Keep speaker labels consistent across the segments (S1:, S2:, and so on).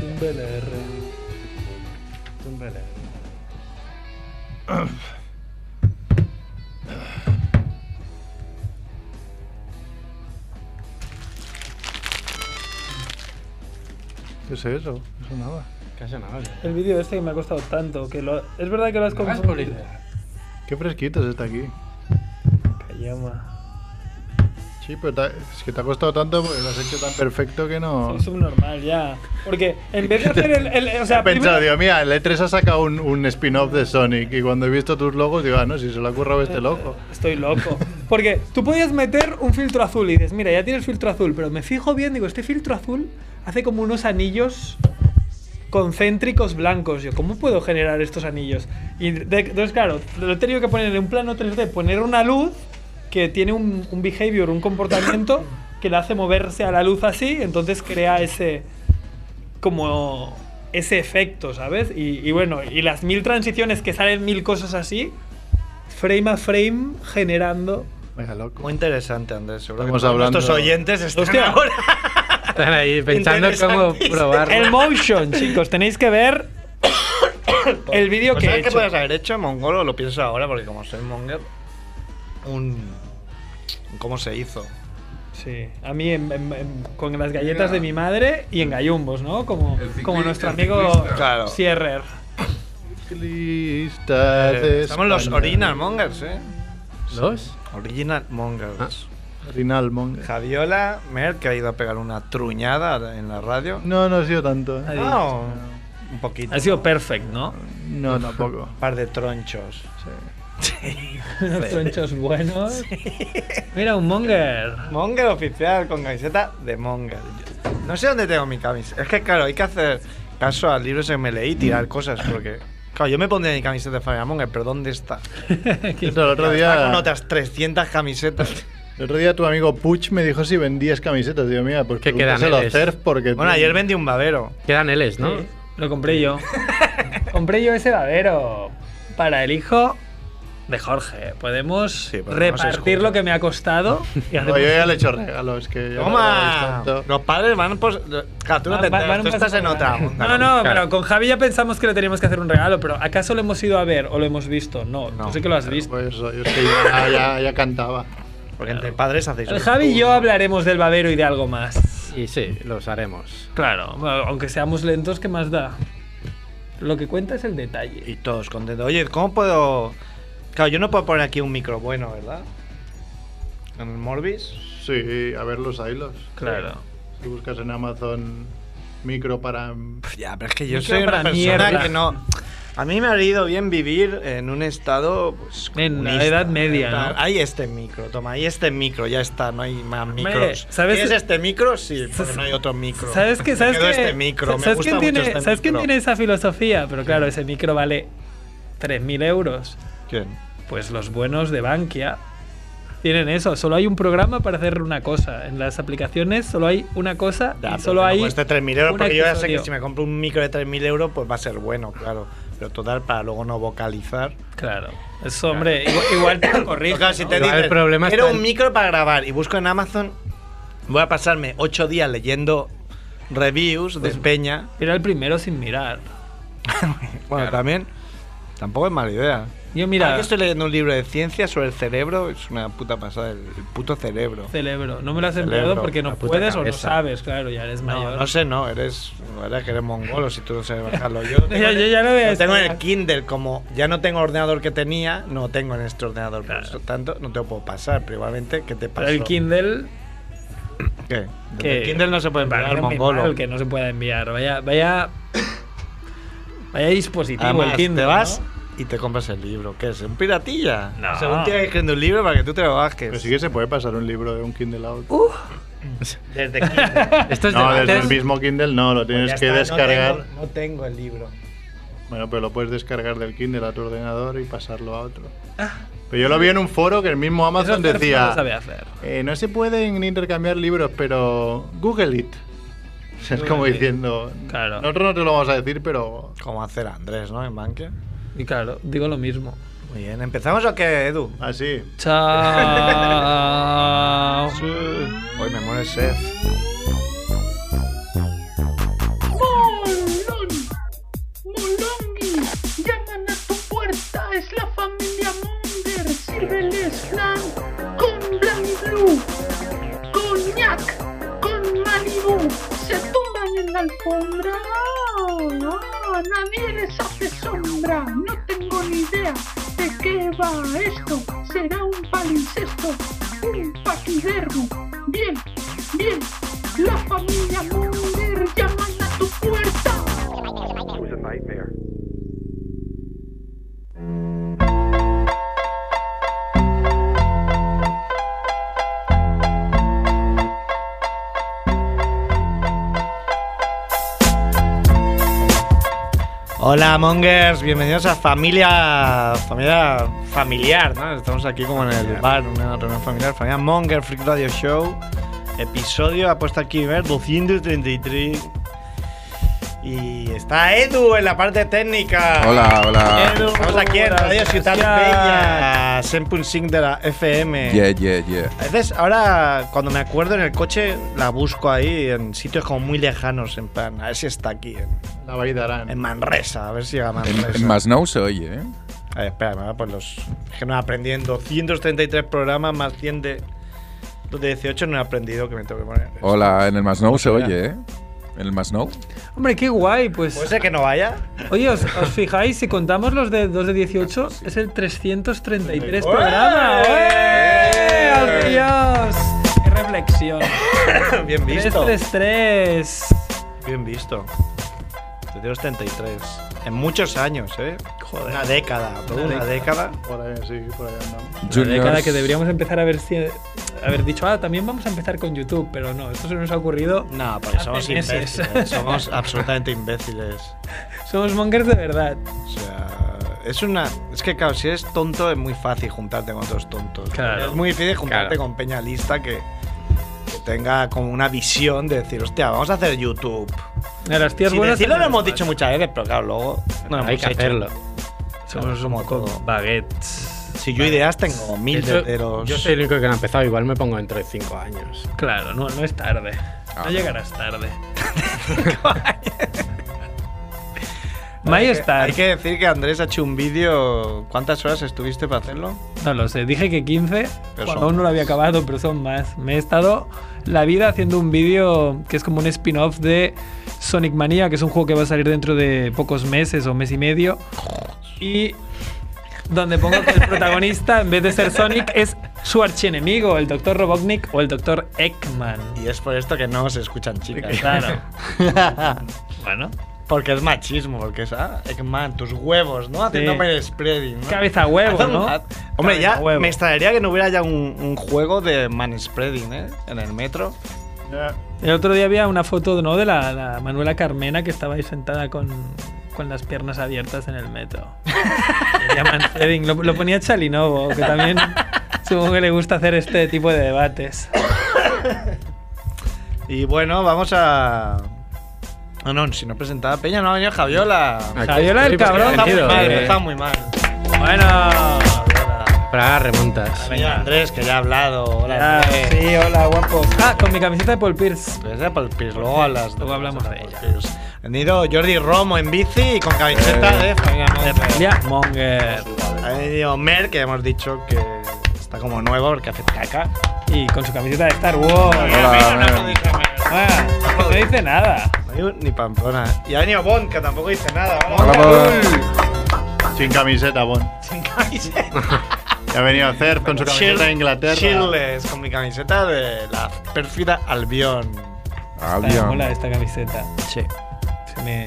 S1: Tumba la R. Tumba la R.
S2: ¿Qué es eso? Eso nada.
S1: Casi nada.
S3: El vídeo este que me ha costado tanto, que lo... Es verdad que lo has
S1: No hagas
S3: confundido.
S1: publicidad.
S2: Qué fresquito es este aquí.
S3: Callama.
S2: Sí, pero te ha- es que te ha costado tanto porque lo has hecho tan perfecto que no.
S3: Soy subnormal ya. Porque en vez de hacer el... el- o
S2: He
S3: sea,
S2: pensado,
S3: primero-
S2: digo, mira, el E3 ha sacado un, un spin-off de Sonic y cuando he visto tus logos digo, ah, no, si se lo ha currado este loco.
S3: Estoy loco. Porque tú podías meter un filtro azul y dices, mira, ya tienes filtro azul, pero me fijo bien, digo, este filtro azul hace como unos anillos concéntricos blancos. Yo, ¿cómo puedo generar estos anillos? Y de- entonces, claro, lo he tenido que poner en un plano 3D, poner una luz que tiene un, un behavior, un comportamiento que le hace moverse a la luz así, entonces crea ese como ese efecto, ¿sabes? Y, y bueno, y las mil transiciones que salen mil cosas así, frame a frame generando.
S2: Venga, loco.
S4: Muy interesante, Andrés. Seguro
S2: Estamos
S4: que todos
S2: hablando-
S4: nuestros oyentes están
S3: Hostia.
S4: ahora.
S5: Están ahí pensando cómo
S4: Interesantísimo.
S5: probarlo.
S3: El motion, chicos, tenéis que ver el vídeo
S4: Pues
S3: que he
S4: ¿Sabes qué
S3: hecho.
S4: puedes haber hecho, Mongolo? Lo pienso ahora porque como soy monger, un... un ¿Cómo se hizo?
S3: Sí, a mí en- en- en- con las galletas de mi madre y en gallumbos, ¿no? Como,
S6: El cicli-
S3: como nuestro
S6: el
S3: amigo
S6: ciclista.
S4: Claro.
S3: Sierrer.
S2: Lista de
S4: Eh, Somos los
S2: España.
S4: original mongers, ¿eh?
S5: ¿Los? Ah.
S4: Original mongers.
S2: Original Monger.
S4: Javiola, Mer, que ha ido a pegar una truñada en la radio.
S2: No, no ha sido tanto. ¿eh?
S3: Ahí.
S4: No, un poquito.
S3: Ha sido perfect, ¿no?
S2: No, tampoco.
S4: Un par de tronchos.
S2: Sí.
S3: Unos tronchos buenos. Mira, un monger.
S4: Monger oficial con camiseta de Monger. No sé dónde tengo mi camisa. Es que, claro, hay que hacer caso al libro que me leí y tirar cosas porque. Claro, yo me pondría mi camiseta de Familia Monger, pero ¿dónde está?
S2: Entonces, el, otro
S4: Está
S2: día,
S4: con otras 300 camisetas.
S2: el otro día tu amigo Puch me dijo si vendías camisetas. Digo, mira, pues
S5: ¿Qué quedan,
S2: pregúntaselo a
S5: Eres?
S2: Cerf porque...
S4: Bueno,
S2: tú-
S4: ayer vendí un babero.
S5: Quedan L's, ¿no?
S3: Sí, lo compré yo. compré yo ese babero para el hijo de Jorge. Podemos
S4: pero no sois
S3: repartir
S4: justos.
S3: lo que me ha costado y
S2: No,
S3: hacemos-
S2: yo ya le he hecho regalos, que ya no
S4: ¡Toma!
S2: lo hagáis tanto.
S4: Los padres van pues. Claro, tú no
S3: Va-
S4: te
S3: va-
S4: enteras,
S3: van
S4: tú
S3: un
S4: estás
S3: paso
S4: en
S3: por
S4: otra
S3: delante.
S4: onda.
S3: No, no, no,
S5: Claro.
S3: pero con Javi ya pensamos que le teníamos que hacer un regalo, pero ¿acaso lo hemos ido a ver o lo hemos visto? No, no,
S4: No,
S3: sé que lo has visto.
S2: Pues eso, yo es que ya, ya- ya cantaba.
S4: Porque entre padres hacéis.
S3: El
S4: un
S3: Javi y yo
S4: tour.
S3: hablaremos del babero y de algo más.
S5: Y sí, los haremos.
S3: Claro, bueno, aunque seamos lentos, ¿qué más da? Lo que cuenta es el detalle.
S4: Y todos contentos. Oye, ¿cómo puedo.? Claro, yo no puedo poner aquí un micro bueno, ¿verdad? En el Morbis.
S2: Sí, a ver los hilos.
S3: Claro.
S2: Si buscas en Amazon micro para... em,
S3: Pues
S4: Pf, Ya, pero es que yo
S3: Micro
S4: soy una
S3: para
S4: persona
S3: mierda.
S4: que no. A mí me ha ido bien vivir en un estado. Pues,
S3: En la
S4: comunista,
S3: Edad Media,
S4: tal.
S3: ¿no?
S4: Hay este micro, toma, hay este micro, ya está, no hay más micros.
S3: ¿sabes?
S4: ¿Tienes este micro? Sí, pero no hay otro micro.
S3: ¿Sabes qué?
S4: Me
S3: ¿Sabes
S4: quedo
S3: qué?
S4: este micro, me
S3: ¿Sabes
S4: gusta
S3: quién
S4: mucho
S3: tiene,
S4: este
S3: ¿Sabes quién
S4: micro.
S3: tiene esa filosofía? Pero claro, ese micro vale 3.000 euros.
S4: ¿Quién?
S3: Pues los buenos de Bankia tienen eso. Solo hay un programa para hacer una cosa. En las aplicaciones solo hay una cosa
S4: Ya,
S3: y solo
S4: pero
S3: hay.
S4: como Este 3.000 euros,
S3: un
S4: porque yo ya sé que
S3: accesorio.
S4: si me compro un micro de 3.000 euros, pues va a ser bueno, claro. Pero total, para luego no vocalizar.
S3: Claro. Eso, hombre, igual, igual te lo corrijo.
S4: Pero claro, si
S3: ¿no?
S4: te
S5: Igual el
S4: dicen,
S5: problema
S4: quiero
S5: está en-
S4: un micro para grabar y busco en Amazon, voy a pasarme 8 días leyendo reviews
S3: Pues,
S4: de Peña.
S3: Era el primero sin mirar.
S4: Bueno, también, tampoco es mala idea.
S3: Yo,
S4: Ah,
S3: mira,
S4: yo estoy leyendo un libro de ciencia sobre el cerebro, es una puta pasada, el, el puto cerebro.
S3: celebro. No me lo has
S4: Celebro,
S3: empleado porque no
S5: la puta
S3: puedes o no
S5: cabeza.
S3: sabes, claro, ya eres
S4: No,
S3: mayor.
S4: no sé, no, eres. La verdad es que eres mongolo si tú no sabes bajarlo. Yo,
S3: Yo- yo ya lo veo esto,
S4: tengo en
S3: ya.
S4: el Kindle, como ya no tengo ordenador que tenía, no tengo en este ordenador. Por lo tanto, no te lo puedo pasar, pero igualmente, ¿qué te
S3: Pero
S4: pasa?
S3: el Kindle
S4: ¿Qué? Desde
S3: que
S4: el Kindle no se puede enviar
S3: Vale,
S4: al
S3: muy
S4: mongolo.
S3: mal que no se pueda enviar. Vaya, vaya, vaya dispositivo
S4: Además,
S3: el Kindle.
S4: te
S3: ¿no?
S4: vas y te compras el libro. ¿Qué es? ¿Un piratilla?
S3: No.
S4: Según te escribiendo un libro para que tú te lo
S2: Pero
S4: bajes.
S2: sí que se puede pasar un libro de un Kindle out.
S3: Uh,
S4: Desde Kindle.
S5: Esto es
S2: no, desde el
S5: debates.
S2: mismo Kindle no,
S3: Pues
S2: lo tienes
S4: Pues Ya
S2: que
S4: está, no tengo-
S2: descargar.
S4: No tengo, el libro.
S2: Bueno, pero lo puedes descargar del Kindle a tu ordenador y pasarlo a otro. Pero yo lo vi en un foro que el mismo
S3: Ah. Eso
S2: Amazon
S3: Cerf No
S2: decía...
S3: lo sabe hacer.
S2: Eh, no se pueden intercambiar libros, pero Google it. Es como
S3: Google it.
S2: diciendo,
S3: Claro.
S2: nosotros no te lo vamos a decir, pero
S4: Como hacer Andrés, ¿no? En Bankia.
S3: Y claro, digo lo mismo.
S4: Muy bien, ¿empezamos o qué, Edu?
S2: así.
S3: Chao.
S4: Hoy me muere Seth.
S7: Monger.
S6: el slam con Blanc Blue, coñac con Malibu, se tumban en la alfombra. Oh, no, nadie les hace sombra, no tengo ni idea de qué va esto. Será un palincesto, un paquidermo. Bien, bien, la familia Munger llaman a tu puerta.
S4: Hola Mongers, bienvenidos a familia familia familiar, ¿no? Estamos aquí como en el bar, una reunión familiar, familia Monger Freak Radio Show, episodio ha puesto aquí ver 233 y está Edu en la parte técnica.
S7: Hola, hola.
S4: Edu, estamos aquí en Radio Ciudad Peña, 100.5 de la FM.
S7: Yeah, yeah, yeah.
S4: A veces ahora cuando me acuerdo en el coche la busco ahí en sitios como muy lejanos, en plan, a ver si está aquí. ¿eh? en-
S2: La validarán.
S4: en Manresa, a ver si llega a Manresa.
S7: En Masnou se oye, ¿eh?
S4: A ver, espera, me voy a poner los. Es que no he aprendido. En 233 programas más 100 de, de 18 no he aprendido que me tengo que poner.
S7: Hola, en el Masnou se oye, ¿eh? En el Masnou.
S3: Hombre, qué guay, pues.
S4: ¿Puede ser que no vaya?
S3: Oye, ¿os, os fijáis? Si contamos los de 2 de 18, es el 333 programa.
S4: ¡Ué!
S3: ¡Ué! ¡Al Dios! ¡Qué reflexión!
S4: Bien visto.
S3: 333.
S4: Bien visto. 233. En muchos años, ¿eh? Joder. Una década. ¿no? Una, década.
S2: Por ahí, sí, por ahí andamos.
S3: Una
S7: Juniors.
S3: década que deberíamos empezar a ver si. Haber dicho, ah, también vamos a empezar con YouTube, pero no, esto se nos ha ocurrido.
S4: No, porque somos
S3: Hace meses.
S4: imbéciles. Somos absolutamente imbéciles.
S3: Somos mongers de verdad.
S4: O sea. Es una. Es que, claro, si eres tonto, es muy fácil juntarte con otros tontos.
S5: Claro.
S4: Es muy difícil juntarte
S5: Claro.
S4: con peña lista que, que tenga como una visión de decir, hostia, vamos a hacer YouTube.
S3: A las tías
S4: Si
S3: buenas.
S4: decirlo lo hemos dicho muchas veces, pero claro, luego no lo
S5: Hay
S4: hemos
S5: que
S4: hecho.
S5: hacerlo.
S4: Somos como todo.
S5: Baguettes.
S4: Si yo ideas tengo mil
S5: Eso-
S4: de, de los.
S5: Yo soy el único que no ha empezado, igual me pongo dentro de 5 años.
S3: Claro, no, no es tarde.
S7: Ah.
S3: No llegarás tarde. May Star.
S4: Hay que decir que Andrés ha hecho un vídeo. ¿Cuántas horas estuviste para hacerlo?
S3: No lo sé, dije que 15,
S4: Pero
S3: cuando
S4: son
S3: aún no lo había acabado, pero son más. Me he estado la vida haciendo un vídeo que es como un spin-off de Sonic Mania, que es un juego que va a salir dentro de pocos meses o mes y medio. Y donde pongo que el protagonista, en vez de ser Sonic, es su archienemigo, el Dr. Robotnik o el Dr. Eggman.
S4: Y es por esto que no se escuchan chicas.
S3: Claro. bueno.
S4: Porque es machismo, porque es, ah, Eggman, tus huevos, ¿no? Haciendo el spreading, ¿no?
S3: Cabeza huevo,
S4: Haz un-
S3: ¿no?
S4: haz- Hombre, ya
S3: Cabeza huevo.
S4: me extrañaría que no hubiera ya un, un juego de man spreading, ¿eh? En el metro.
S2: Ya.
S3: El otro día había una foto ¿no? de la, la Manuela Carmena que estaba ahí sentada con, con las piernas abiertas en el metro. Le llaman threading. lo, lo ponía Chalinovo, que también supongo que le gusta hacer este tipo de debates.
S4: Y bueno, vamos a. No, no, si no presentaba Peña, no ha venido Javiola.
S3: Ah,
S5: Aquí
S3: Javiola, el
S5: estoy, pues,
S3: cabrón.
S4: está muy
S5: bienvenido,
S4: mal,
S5: eh.
S4: está muy mal.
S3: Bueno,
S5: Para remontas.
S4: Señor Andrés, que ya ha hablado. Hola,
S3: ah,
S4: Andrés.
S3: sí, hola, guapo. Ah, con mi camiseta de Paul Pierce.
S4: Pues ya por el pis, luego a las
S3: Luego hablamos de ella.
S4: Han ido Jordi Romo en bici y con
S3: Eh.
S4: camiseta de Fabián Monger.
S3: Ya, Monger.
S4: Ha venido Mer, que ya hemos dicho que está como nuevo porque hace caca.
S3: Y con su camiseta de Star Wars. Ah, no dice nada.
S4: No digo ni Pamplona. Y ha venido Bond, que tampoco dice nada.
S7: Hola, Paul.
S2: Sin camiseta, Bon.
S4: Sin camiseta.
S2: Ya ha venido a hacer con su camiseta de Inglaterra.
S4: Chirles, con mi camiseta de la pérfida Albion.
S7: Ah,
S3: Está
S7: bien.
S3: mola esta camiseta.
S4: Sí.
S3: Si me,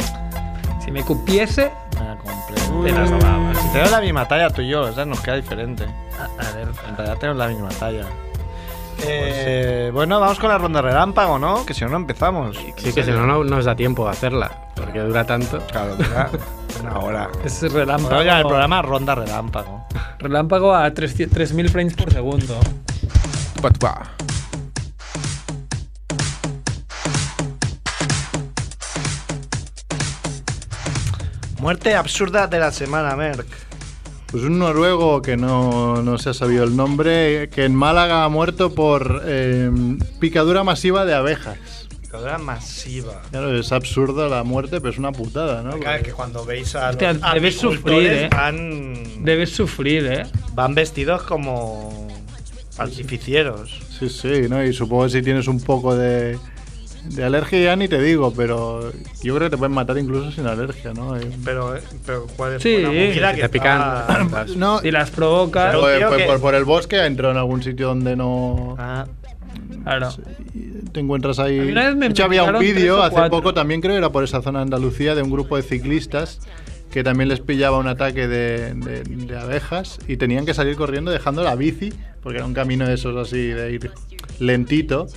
S3: si me cupiese,
S4: Me la compré.
S3: te las robabas.
S4: Si tenemos la misma talla tú y yo, o sea, nos queda diferente. A, ver, en realidad tenemos la misma talla. Eh, bueno, vamos con la ronda relámpago, ¿no? Que si no, no empezamos.
S5: Sí, que si no, no nos da tiempo a hacerla, porque dura tanto.
S4: Claro, dura una hora.
S3: Es
S4: Bueno, ya el
S3: relámpago.
S4: programa Ronda Relámpago.
S3: Relámpago a 300 3000 frames por segundo.
S7: Tupa, tupa.
S4: Muerte absurda de la semana, Merck.
S2: Pues un noruego que no, no se ha sabido el em, nombre, que en Málaga ha muerto por eh, picadura masiva de abejas.
S4: picadura masiva.
S2: Claro, es absurda la muerte, pero es una putada, ¿no?
S4: Claro, que cuando veis a los
S3: Hostia, debes
S4: apicultores
S3: sufrir, ¿eh?
S4: van,
S3: Debes sufrir, ¿eh?
S4: van vestidos como artificieros.
S2: Sí, sí, ¿no? Y supongo que si tienes un poco de, de alergia ya ni te digo, pero yo creo que te pueden matar incluso sin alergia, ¿no? Y-
S4: Pero, eh, pero ¿cuál es
S3: Sí,
S4: una movida
S5: si
S4: que
S5: te pican.
S4: está-
S5: las-
S2: no,
S3: Si las provocas.
S4: Claro.
S2: fue-
S4: creo
S2: fue
S4: que-
S2: por, por el bosque, entró en algún sitio donde no...
S4: Ah,
S3: Claro.
S2: y Te encuentras ahí.
S3: A mí una vez me
S2: De hecho, había un
S3: enviaron tres
S2: vídeo
S3: o
S2: hace
S3: cuatro.
S2: poco, también creo que era por esa zona de Andalucía, de un grupo de ciclistas que también les pillaba un ataque de, de- de abejas y tenían que salir corriendo dejando la bici, porque era un camino de esos así de ir lentito,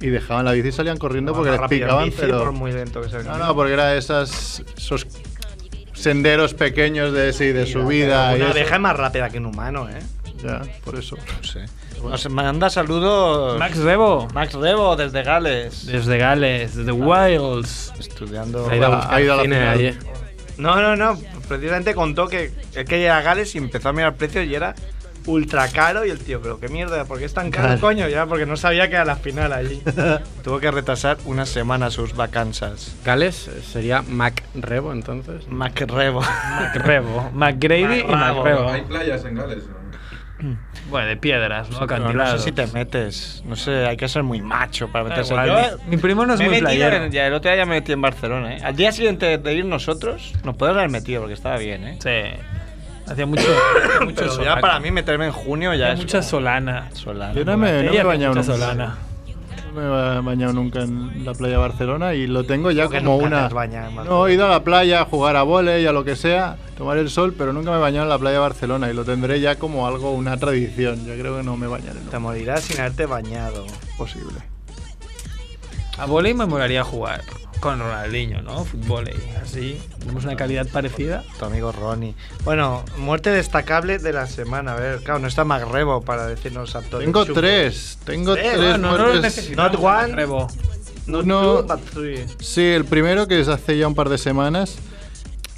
S2: y dejaban la bici y salían corriendo porque
S4: van
S2: les
S4: rápido en
S2: picaban,
S4: Ah, bici,
S2: pero.
S4: por muy lento que sea el
S2: No,
S4: camino.
S2: no, porque era esas, esos senderos pequeños de, sí, de subida. y
S4: Una
S2: eso.
S4: abeja es más rápida que un humano, ¿eh?
S2: Ya, por eso.
S7: No sé.
S4: Nos manda saludos
S3: Max Rebo.
S4: Max Rebo desde Gales.
S3: Desde Gales, desde Wales.
S4: Estudiando.
S5: Ha ido a
S2: Ah, ha
S5: buscar
S2: ido a la
S5: cine
S2: final.
S5: ayer.
S4: No, no, no. Precisamente contó que es que llega a Gales y empezó a mirar precios y era ultra caro. Y el tío, pero qué mierda, ¿por qué es tan caro,
S2: Claro.
S4: coño? Ya, porque no sabía que era la final allí. Tuvo que retrasar una semana sus vacanzas.
S5: Gales eh, sería Mac Rebo, entonces.
S4: Mac Rebo.
S3: Rebo. McGrady y
S4: Mac
S3: Mac
S4: Rebo.
S3: Rebo.
S7: Hay playas en Gales, ¿no?
S3: Bueno, de piedras, ¿no?
S4: Pero no sé
S3: Acantilados.
S4: si te metes. No sé, hay que ser muy macho para meterse
S3: igual.
S4: allí.
S3: Yo- mi primo no es
S4: Me he
S3: muy
S4: metido
S3: playero.
S4: en- ya, el otro día ya me metí en Barcelona, ¿eh? Al día siguiente de ir nosotros, nos podemos haber metido porque estaba bien, ¿eh?
S3: Sí. Hacía mucho, mucho
S4: Pero ya
S3: solaco.
S4: para mí meterme en junio ya
S3: Hacía
S4: es.
S3: mucha solana.
S4: Solana.
S2: Yo no me, no me he
S3: Hacía
S2: bañado
S3: mucha
S2: nunca.
S3: solana.
S2: No me he bañado nunca en la playa de Barcelona y lo tengo ya
S4: Creo que
S2: como
S4: nunca te
S2: una.
S4: has bañado en Barcelona.
S2: No, he ido a la playa a jugar a vole y a lo que sea, tomar el sol, pero nunca me he bañado en la playa de Barcelona y lo tendré ya como algo, una tradición. Yo creo que no me bañaré
S4: Te
S2: nunca.
S4: morirás sin haberte bañado.
S2: Posible.
S3: A volei me molaría jugar con Ronaldinho, ¿no? Fútbol así. Tenemos una calidad parecida.
S4: Tu amigo Ronnie. Bueno, muerte destacable de la semana. A ver, claro, no está Magrebo para decirnos actores.
S2: Tengo
S4: chungos.
S2: tres, tengo
S4: Eh,
S2: tres
S4: bueno,
S3: Ah, No, no lo
S2: muertes.
S3: necesitamos.
S4: Not one.
S3: Rebo.
S4: No,
S2: No.
S4: two, but three.
S2: Sí, el primero que es hace ya un par de semanas,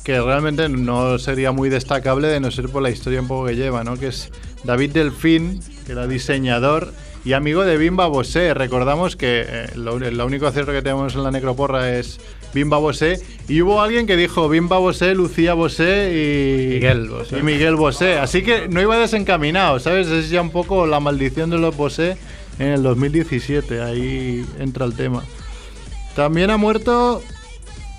S2: que realmente no sería muy destacable de no ser por la historia un poco que lleva, ¿no? Que es David Delfín, que era diseñador y amigo de Bimba Bosé. Recordamos que eh, lo, el único acierto que tenemos en la necroporra es Bimba Bosé. Y hubo alguien que dijo Bimba Bosé, Lucía Bosé y...
S5: Miguel Bosé.
S2: Y Miguel Bosé. Así que no iba desencaminado, ¿sabes? Es ya un poco la maldición de los Bosé en el 2017. Ahí entra el tema. También ha muerto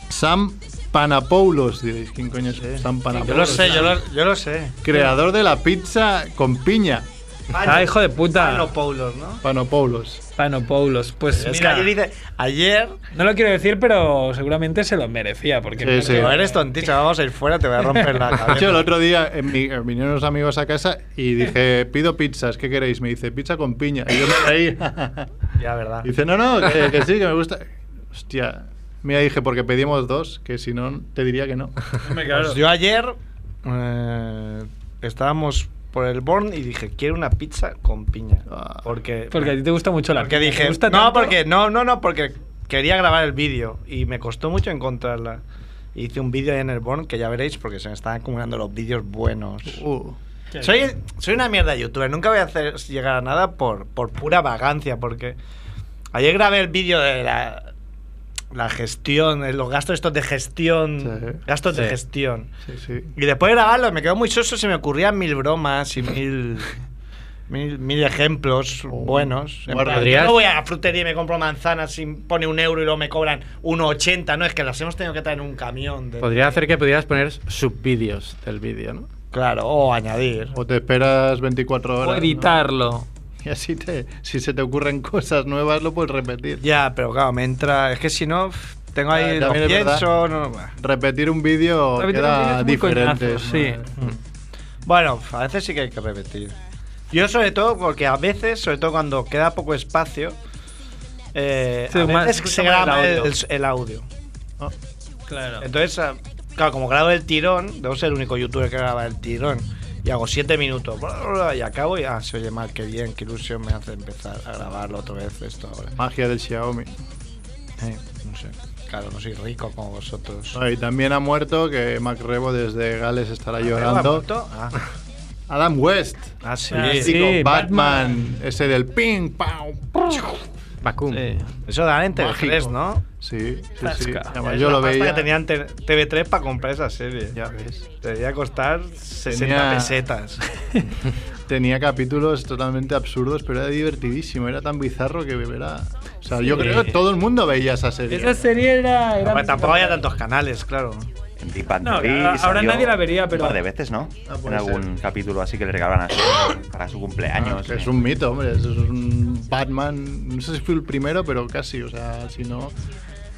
S2: Sam Panapoulos, diréis, ¿quién coño es Sam
S4: Yo
S2: Panapoulos?
S4: lo sé, yo lo, yo lo sé.
S2: Creador de la pizza con piña,
S3: Ah, hijo de puta.
S4: Pano Paulos, ¿no?
S2: Panopoulos.
S3: Panopoulos. Pues
S4: Es que
S3: mira,
S4: ayer dice. Ayer.
S3: no lo quiero decir, pero seguramente se lo merecía. Porque
S2: Sí, sí.
S4: No eres tonticha, vamos a ir fuera, te voy a romper la
S2: De hecho, el
S4: cabeza.
S2: otro día en mi- eh, vinieron unos amigos a casa y dije, pido pizzas, ¿qué queréis? Me dice, pizza con piña. Y yo me reí.
S4: ya, verdad.
S2: dice, no, no, que, que sí, que me gusta. Hostia. Mira, dije, porque pedimos dos, que si no, te diría que no.
S4: Pues yo ayer eh, estábamos por el Born y dije, quiero una pizza con piña.
S2: Ah.
S4: Porque,
S3: Porque a ti te gusta mucho la
S4: porque
S3: piña,
S4: dije,
S3: ¿te gusta
S4: no,
S3: tanto?
S4: porque no, no, no, porque quería grabar el vídeo y me costó mucho encontrarla. Hice un vídeo ahí en el Born que ya veréis porque se me están acumulando los vídeos buenos.
S2: Uh.
S4: Soy, soy una mierda youtuber, nunca voy a hacer llegar a nada por, por pura vagancia, porque ayer grabé el vídeo de la, la gestión, eh, los gastos estos de gestión,
S2: Sí.
S4: gastos de
S5: Sí.
S4: gestión.
S2: Sí, sí.
S4: Y después de grabarlo me quedó muy soso, se me ocurrían mil bromas y mil, mil, mil ejemplos
S2: Oh.
S4: buenos. En
S2: Bueno,
S4: plan,
S5: podrías-
S4: yo no voy a la frutería y me compro manzanas y pone un euro y luego me cobran 1,80, no, es que las hemos tenido que traer en un camión. de-
S5: Podría hacer que pudieras poner subvídeos del vídeo, ¿no?
S4: Claro, o añadir.
S2: O te esperas 24 horas.
S3: O
S2: ¿no?
S3: editarlo.
S2: Y así te, si se te ocurren cosas nuevas, lo puedes repetir.
S4: Ya, pero claro, me entra. Es que si no, pf, tengo ahí.
S2: Ah,
S4: lo
S2: también es
S4: pienso. no- bah.
S2: Repetir un vídeo
S3: Repetir un vídeo
S2: queda
S3: es muy
S2: diferente. Ah,
S3: coñazo, sí.
S4: Bueno, pf, a veces sí que hay que repetir. Yo, sobre todo, porque a veces, sobre todo cuando queda poco espacio, eh,
S3: Sí,
S4: a
S3: más-
S4: veces
S3: escucha
S4: se
S3: más el
S4: graba el,
S3: audio.
S4: el- el audio.
S3: Claro.
S4: Entonces, ah, claro, como grabo el tirón, debo ser el único youtuber que graba el tirón. Y hago siete minutos bla, bla, bla, y acabo y ah, se oye mal, qué bien, qué ilusión me hace empezar a grabarlo otra vez esto ahora.
S2: Magia del Xiaomi.
S4: Eh, no sé. Claro, no soy rico como vosotros.
S2: No, Ah, y también ha muerto, que Mac Rebo desde Gales estará
S4: ¿Ha
S2: llorando.
S4: muerto? Ah,
S2: Adam West.
S4: ah, sí.
S3: Ah,
S2: El
S3: sí.
S2: mítico Batman,
S3: Batman.
S2: Ese del ping, pau.
S5: Bacum.
S4: Sí. Eso dan en TV3,
S2: Mágico.
S4: ¿no?
S2: Sí, sí, sí.
S4: Zasca.
S2: Además,
S4: Es
S2: yo
S4: la
S2: lo
S4: pasta
S2: veía.
S4: que tenían te- TV3 para comprar esa serie.
S2: Ya ves.
S4: Debería costar 60
S2: Tenía-
S4: pesetas.
S2: Tenía capítulos totalmente absurdos, pero era divertidísimo. Era tan bizarro que era. O sea, yo creo que todo el mundo veía esa serie.
S3: Esa serie era. era
S4: Hombre, tampoco había tantos canales, claro.
S8: En Big Bang
S3: No,
S8: Theory
S3: ahora- ahora
S8: salió
S3: nadie la vería, pero-
S8: Un par de veces, ¿no?
S2: Ah,
S8: en
S2: puede
S8: algún
S2: ser.
S8: capítulo así que le regalan a su, para su
S2: Ah,
S8: cumpleaños.
S2: que es
S8: sí.
S2: un mito, hombre. Eso es un Batman. No sé si fue el primero, pero casi. O sea, si no.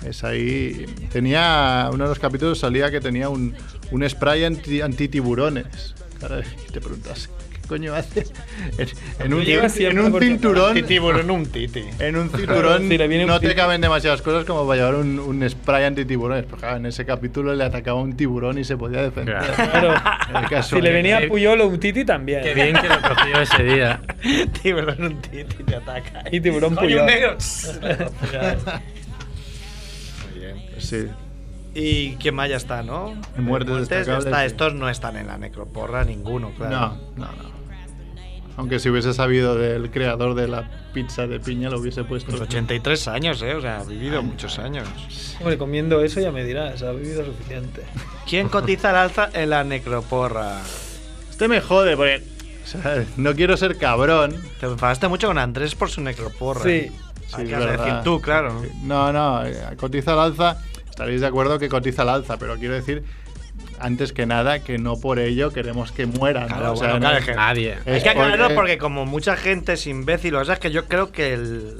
S2: Es ahí. Tenía. Uno de los capítulos salía que tenía un, un spray anti, tiburones Claro, y te preguntas, ¿qué coño hace? En, en un,
S3: Lleva
S2: en
S3: siempre
S2: un
S3: porque-
S2: cinturón.
S4: tiburón, un titi.
S2: En un cinturón
S3: Si le viene un
S2: no te
S3: tiburón.
S2: caben demasiadas cosas como para llevar un, un spray antitiburones. Pero claro, en ese capítulo le atacaba un tiburón y se podía defender.
S3: Claro.
S2: El caso
S3: Si le
S2: que-
S3: venía a Puyol o un Titi también.
S5: Qué bien que lo cogió ese día.
S4: tiburón, un titi te ataca.
S3: Y tiburón
S4: Coño,
S3: Puyol.
S4: un negro.
S2: Sí.
S4: y quién más ya está, ¿no?
S2: En muertes
S4: ya
S2: destacables,
S4: está.
S2: sí.
S4: Estos no están en la necroporra ninguno, claro. Pues
S2: No, no, no. Aunque si hubiese sabido del creador de la pizza de piña, lo hubiese puesto.
S4: Pues 83 años, ¿eh? O sea, ha vivido muchos años.
S3: Hombre, comiendo eso ya me dirás, ha vivido suficiente.
S4: ¿Quién cotiza al alza en la necroporra?
S2: Este me jode porque. o sea, no quiero ser cabrón.
S4: Te enfadaste mucho con Andrés por su necroporra.
S3: Sí.
S4: Sí,
S2: es
S4: decir
S2: verdad.
S4: tú, claro.
S2: No, no, eh, cotiza al alza. Estaréis de acuerdo que cotiza al alza, pero quiero decir, antes que nada, que no por ello queremos que muera. ¿no?
S4: Claro,
S2: O sea, no-
S4: bueno, claro, es que-
S5: Nadie.
S2: Es
S4: Hay que aclararlo
S2: porque-
S4: porque... como mucha gente es imbécil, o sea, es que yo creo que el,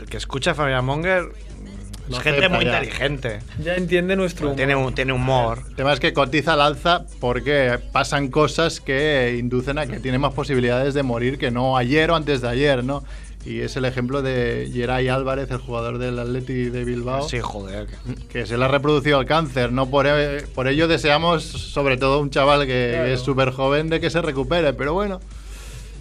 S4: el que escucha a Familia Monger mm, es
S2: Lo
S4: gente
S2: acepta
S4: muy
S2: ya.
S4: inteligente.
S3: Ya entiende nuestro humor.
S4: Tiene, un- tiene humor.
S2: El tema es que cotiza al alza porque pasan cosas que inducen a que tiene más posibilidades de morir que no ayer o antes de ayer, ¿no? Y es el ejemplo de Geray Álvarez, el jugador del Atleti de Bilbao,
S4: Sí, joder. que-
S2: que se le ha reproducido el cáncer. No por, e- por ello deseamos, sobre todo un chaval que es súper joven, de que se recupere. Pero bueno,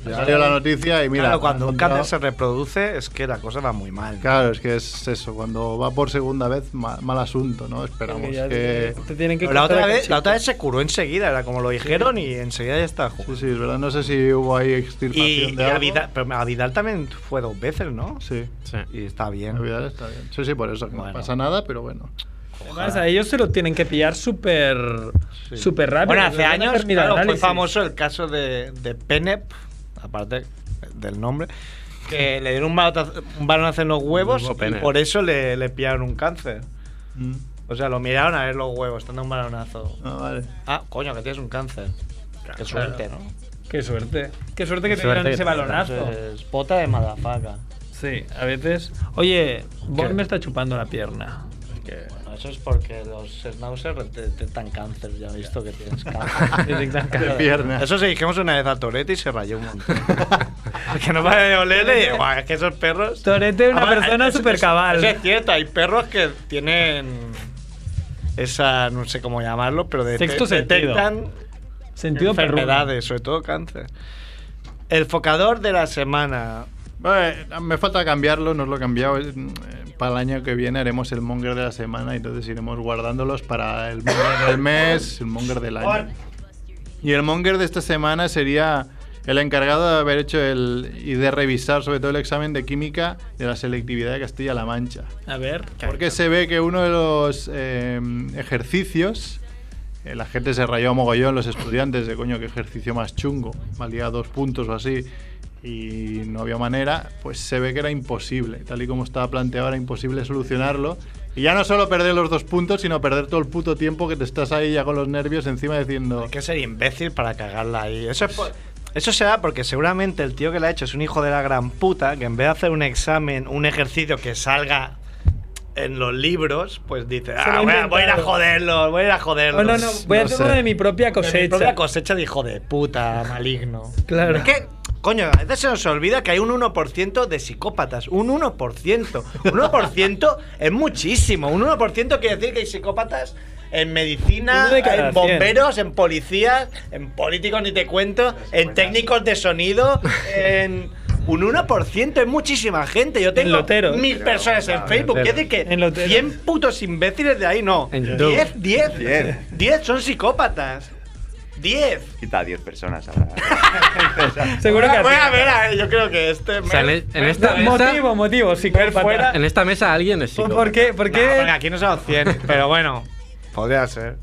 S2: ya salió la noticia y mira...
S4: claro, cuando
S2: ha
S4: un cáncer se
S2: encontrado-
S4: reproduce es que la cosa va muy mal.
S2: Claro, es que es eso, cuando va por segunda vez, ma- mal asunto, ¿no? Esperamos
S3: Porque ya
S2: que...
S3: te- te tienen que
S4: Pero la
S3: cortar la
S4: otra, vez,
S3: cachita.
S4: la otra vez se curó enseguida, era como lo dijeron y enseguida ya está
S2: Sí,
S4: jugando.
S2: sí, es verdad, no sé si hubo ahí extirpación
S4: Y, y
S2: de
S4: a,
S2: algo.
S4: Vidal, pero a Vidal también fue dos veces, ¿no?
S2: Sí.
S5: Sí.
S4: Y está bien.
S2: Navidad está bien. Sí, sí, por eso, que
S4: Bueno.
S2: no pasa nada, pero bueno.
S3: Además, a ellos se lo tienen que pillar súper súper rápido.
S4: Bueno,
S3: les
S4: hace
S3: van a
S4: años
S3: terminar
S4: claro, fue
S3: análisis.
S4: famoso el caso de, de Penep, aparte del nombre, que le dieron un balotazo- un balonazo en los huevos
S5: Huevo
S4: y
S5: Penep.
S4: por eso le, le pillaron un cáncer. O sea, lo miraron a ver los huevos, estando un balonazo.
S2: Ah, vale.
S4: Ah, coño, que tienes un cáncer. Qué suerte, ¿no?
S3: Qué suerte. Qué suerte que
S5: Qué
S3: te dieron
S5: suerte que te-
S3: ese balonazo.
S4: Es pota de madafaca.
S3: Sí, a veces. Oye, Bon me está chupando la pierna.
S4: Bueno, eso es porque los schnauzers detectan cáncer, ya he visto que tienes cáncer.
S3: Detectan cáncer.
S2: De pierna.
S4: Eso se dijimos una vez a Toretti y se rayó un montón. que no va a olerle y "Buah, es que esos perros.
S3: Toretti es una
S4: Además,
S3: persona
S4: es- es-
S3: súper cabal.
S4: Ah, Eso es cierto, hay perros que tienen esa, no sé cómo llamarlo, pero de-
S3: Sexto
S4: de-
S3: sentido.
S4: detectan
S3: Sentido perruno.
S4: enfermedades, sobre todo cáncer. El focador de la semana.
S2: Bueno, me falta cambiarlo, no os lo he cambiado. es, mm, eh, Para el año que viene haremos el monger de la semana y entonces iremos guardándolos para el monger del mes, el monger del año. Y el monger de esta semana sería el encargado de haber hecho el, y de revisar sobre todo el examen de química de la selectividad de Castilla-La Mancha.
S3: A ver.
S2: Porque se ve que uno de los eh, ejercicios, eh, la gente se rayó a mogollón, los estudiantes, de coño, qué ejercicio más chungo, valía dos puntos o así, y no había manera, pues se ve que era imposible, tal y como estaba planteado, era imposible solucionarlo. Y ya no solo perder los dos puntos, sino perder todo el puto tiempo que te estás ahí ya con los nervios encima diciendo...
S4: Hay que ser imbécil para cagarla ahí. Eso es por- Eso se da porque seguramente el tío que la ha hecho es un hijo de la gran puta que en vez de hacer un examen, un ejercicio que salga en los libros, pues dice,
S3: lo
S4: ah,
S3: ha
S4: voy a, voy a ir a
S3: inventado".
S4: joderlos, voy a ir a
S3: No,
S4: joderlos.
S3: no, no. Voy a
S2: No
S3: hacer
S2: sé.
S3: una de mi propia
S4: De mi
S3: cosecha.
S4: propia cosecha de hijo de puta, maligno.
S3: Claro.
S4: Es que, coño, a veces se nos olvida que hay un 1% de psicópatas. Un 1%. Un 1% es muchísimo. Un 1% quiere decir que hay psicópatas en medicina,
S3: Uno de cada 100.
S4: en bomberos, en policías, en políticos, ni te cuento, en técnicos de sonido, en. Un 1% es muchísima gente. Yo tengo
S3: loteros.
S4: mil personas en Facebook. Quiere decir que
S3: En loteros.
S4: 100 putos imbéciles de ahí no.
S5: En YouTube.
S4: 10, 10.
S8: Diez.
S4: 10 son psicópatas. ¡Diez!
S8: Quita a 10 personas ahora.
S3: Seguro que a ti.
S4: Bueno, a ver, a ver, yo creo que este.
S5: O sea, en, e- en esta mesa,
S3: Motivo, motivo, sí, que
S4: fuera.
S5: en esta mesa alguien es
S3: ¿Por,
S5: psicópata.
S3: por qué? ¿Por
S4: No, Ah, venga,
S3: qué?
S4: aquí nos ha dado 100, pero bueno. Podría ser.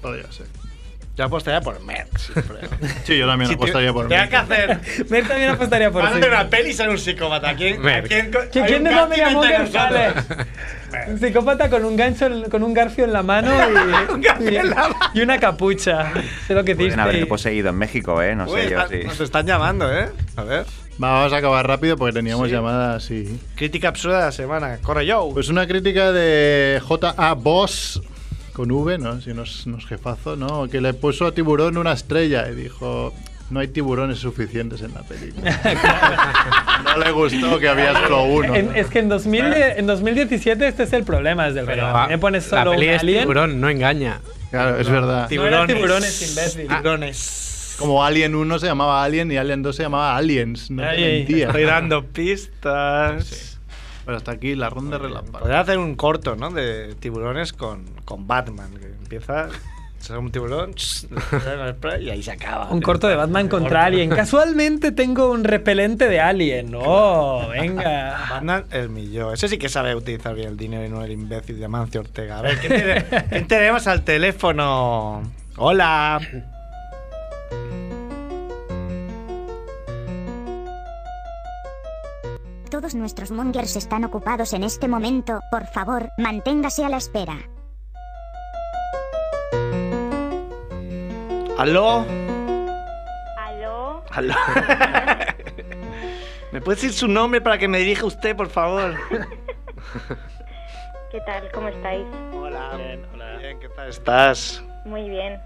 S2: Podría ser.
S4: Yo apostaría por Merck,
S2: Sí, yo también apostaría por mí.
S4: Tenía que hacer.
S3: Mer también apostaría por
S4: Van a
S3: sí.
S4: hacer una peli y ser un psicópata. ¿Quién,
S5: Merck.
S4: ¿a quién,
S3: ¿Qui- ¿Quién de
S4: dónde
S3: familia Monger sale? Un psicópata con un gancho, en- con un garfio en la mano y,
S4: garfio en la mano.
S3: y una capucha. Sé lo que
S8: Pueden
S3: diste.
S8: haberle poseído en México, ¿eh? No
S4: Uy,
S2: Pues,
S8: sé yo
S2: ah,
S4: está-
S8: si.
S4: Nos están llamando, ¿eh? A ver.
S2: Va, vamos a acabar rápido porque teníamos
S4: Sí.
S2: llamadas y.
S4: Crítica absurda de la semana. Corre yo.
S2: Pues una crítica de J.A. Boss con V, ¿no? Si no es, no es jefazo, ¿no? Que le puso a Tiburón una estrella y dijo. No hay tiburones suficientes en la película. no le gustó que había solo uno.
S3: En- es que en, 2000 en 2017 este es el problema, es del
S5: Pero
S3: regalo.
S5: va,
S3: Me pones solo
S5: la peli
S3: un
S5: es
S3: alien.
S5: tiburón, no engaña.
S2: Claro, es verdad.
S3: No eran tiburones, imbécil.
S4: Ah. Tiburones.
S2: Como Alien 1 se llamaba Alien y Alien 2 se llamaba Aliens. No te
S3: Ay, ay,
S2: mentía.
S4: Estoy dando pistas.
S2: Pero hasta aquí la ronda relámpago.
S4: Podría hacer un corto, ¿no? De tiburones con, con Batman. Que empieza. Se da un tiburón y ahí se acaba.
S3: Un corto de Batman contra Alien. Casualmente tengo un repelente de Alien. No, venga.
S4: Batman el millón. Ese sí que sabe utilizar bien el dinero y no el imbécil de Amancio Ortega. A ver, ¿quién, tiene- quién tenemos al teléfono? Hola.
S9: Todos nuestros mongers están ocupados en este momento. Por favor, manténgase a la espera.
S4: ¿Aló?
S10: ¿Aló?
S4: ¿Aló? ¿Me puede decir su nombre para que me dirija usted, por favor?
S10: ¿Qué tal? ¿Cómo estáis?
S4: Hola. Bien, hola. Bien, ¿qué tal estás?
S10: Muy bien.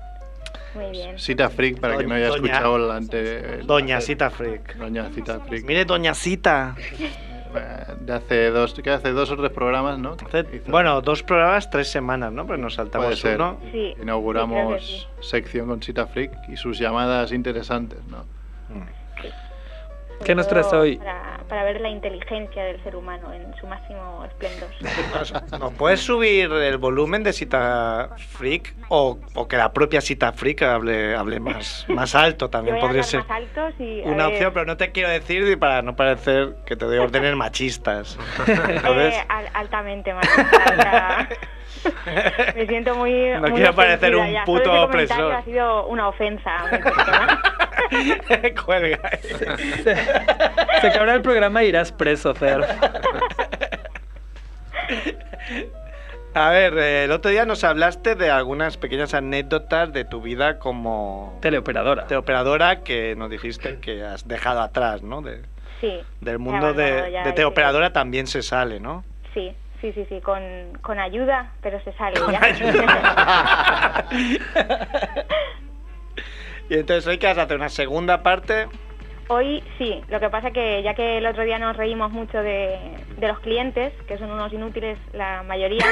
S10: Muy bien.
S2: Cita Freak, para que no haya
S4: Doña-
S2: escuchado el ante. el-
S4: Doña Cita Freak.
S2: Doña Cita Freak.
S4: Mire, Doña Cita.
S2: Eh, De hace dos, que hace dos o tres programas, ¿no?
S4: Hace-
S2: Hizo-
S4: bueno, dos programas, tres semanas, ¿no? Pero nos
S2: puede
S4: saltamos
S2: ser.
S4: uno.
S10: Sí. yo creo que sí.
S2: Inauguramos sección con Cita Freak y sus llamadas interesantes, ¿no?
S10: Sobre
S3: ¿Qué nos
S10: todo
S3: traes hoy?
S10: Para, para ver la inteligencia del ser humano en su máximo esplendor.
S4: ¿Nos puedes subir el volumen de Cita Freak o, o que la propia Cita Freak hable, hable más, más alto?
S10: Yo
S4: También
S10: voy a
S4: podría
S10: hablar
S4: ser
S10: más eh. altos y, a
S4: una
S10: ver,
S4: opción, pero no te quiero decir y para no parecer que te doy órdenes machistas. Entonces,
S10: eh, al- altamente más. alta, o sea, Me siento muy.
S4: No
S10: muy
S4: quiero parecer
S10: ofendida
S4: un
S10: ya.
S4: puto
S10: Solo ese comentario
S4: opresor.
S10: Ha sido una ofensa. a mi persona.
S4: cuelga.
S3: Se, se acabará el programa e irás preso, Cerf.
S4: A ver, eh, el otro día nos hablaste de algunas pequeñas anécdotas de tu vida como
S3: Teleoperadora.
S4: teleoperadora que nos dijiste que has dejado atrás, ¿no? De-
S10: sí.
S4: del
S10: he
S4: mundo
S10: abandonado
S4: de,
S10: ya
S4: de
S10: ese-
S4: teleoperadora también se sale, ¿no?
S10: Sí, sí, sí, sí. Con, con ayuda, pero se sale ya.
S4: y entonces hoy que vas a hacer una segunda parte.
S10: Hoy sí, lo que pasa que ya que el otro día nos reímos mucho de, de los clientes, que son unos inútiles la mayoría,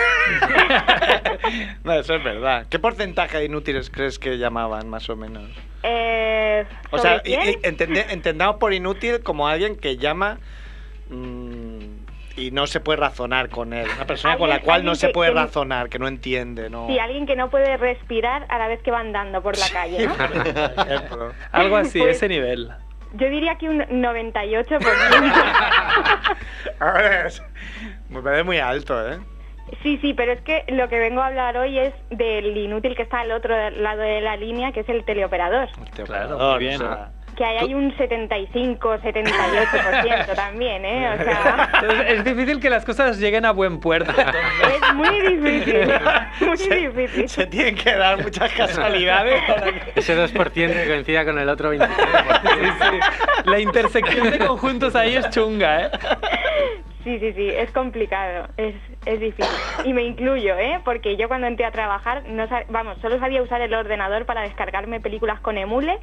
S4: No, eso es verdad. ¿Qué porcentaje de inútiles crees que llamaban, más o menos?
S10: eh,
S4: O
S10: ¿sobre
S4: sea, y-
S10: quién?
S4: y entende- entendamos por inútil como alguien que llama mm, y no se puede razonar con él. Una persona con la
S10: Alguien-
S4: cual no
S10: alguien
S4: se
S10: que-
S4: puede
S10: que no-
S4: razonar, que no entiende, ¿no?
S10: Sí, alguien que no puede respirar a la vez que va andando por la calle, ¿no?
S4: Por ejemplo.
S3: Algo así,
S10: Pues-
S3: ese nivel.
S10: Yo diría que un 98%.
S4: Ahora es- Me parece muy alto, ¿eh?
S10: Sí, sí, pero es que lo que vengo a hablar hoy es del inútil que está al otro lado de la línea, que es el teleoperador.
S4: Claro,
S3: bien.
S10: Que ahí hay un 75, 78% también, ¿eh? O sea,
S3: Entonces, es difícil que las cosas lleguen a buen puerto. entonces.
S10: es muy difícil, muy
S4: se,
S10: difícil.
S4: se tienen que dar muchas casualidades para que-
S5: Ese 2% que coincida con el otro 23%.
S3: Sí, sí. La intersección de conjuntos ahí es chunga, ¿eh?
S10: Sí, sí, sí, es complicado, es, es difícil. Y me incluyo, ¿eh? Porque yo cuando entré a trabajar, no sa- vamos, solo sabía usar el ordenador para descargarme películas con emule.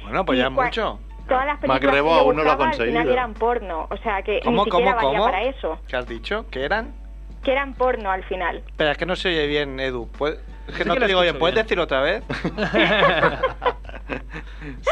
S4: Bueno, pues
S10: y
S4: ya
S10: cua-
S4: mucho.
S10: Todas las películas
S2: Magrebo
S10: que yo
S2: aún no lo ha
S10: buscaba al final
S2: conseguido.
S10: eran porno, o sea que
S4: ¿Cómo,
S10: ni
S4: cómo,
S10: siquiera valía
S4: cómo?
S10: para eso.
S4: ¿Qué has dicho? ¿Qué eran?
S10: Que eran porno al final.
S4: Espera, es que no se oye bien, Edu. ¿Puedes- Es que
S3: Sí
S4: no
S3: que
S4: te
S3: lo
S4: digo bien.
S3: escucho
S4: ¿Puedes
S3: bien.
S4: decirlo otra vez?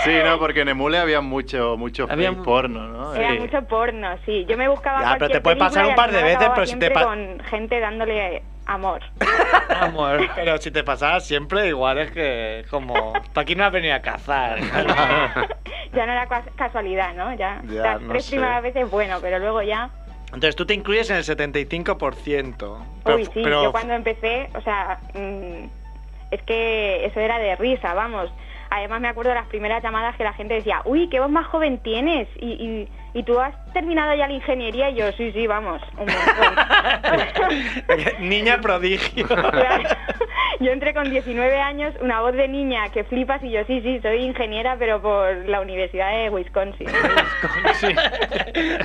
S2: Sí, no, porque en Emule había mucho, mucho
S3: Había
S2: fake
S3: mu-
S2: porno, ¿no?
S10: Era
S2: Eh,
S10: mucho porno, sí. Yo me buscaba
S4: Ya, pero
S10: cualquier
S4: te puede
S10: película
S4: pasar
S10: y
S4: un
S10: al
S4: par de
S10: final
S4: veces,
S10: acababa
S4: pero si te
S10: siempre
S4: pa-
S10: con gente dándole amor.
S4: Amor, pero si te pasaba siempre, igual es que como. Tú aquí no has venido a cazar.
S10: Ya no era cua- casualidad, ¿no? Ya,
S4: Ya,
S10: las
S4: no
S10: tres
S4: sé.
S10: primeras veces, bueno, pero luego ya...
S4: Entonces tú te incluyes en el 75%. Pero,
S10: Uy, sí,
S4: pero-
S10: yo cuando empecé, o sea, mm, es que eso era de risa, vamos. Además me acuerdo de las primeras llamadas que la gente decía, uy, qué voz más joven tienes, y, y, y tú has terminado ya la ingeniería, y yo, sí, sí, vamos, un
S4: Niña prodigio.
S10: Yo entré con 19 años, una voz de niña que flipas y yo, sí, sí, soy ingeniera, pero por la Universidad de Wisconsin.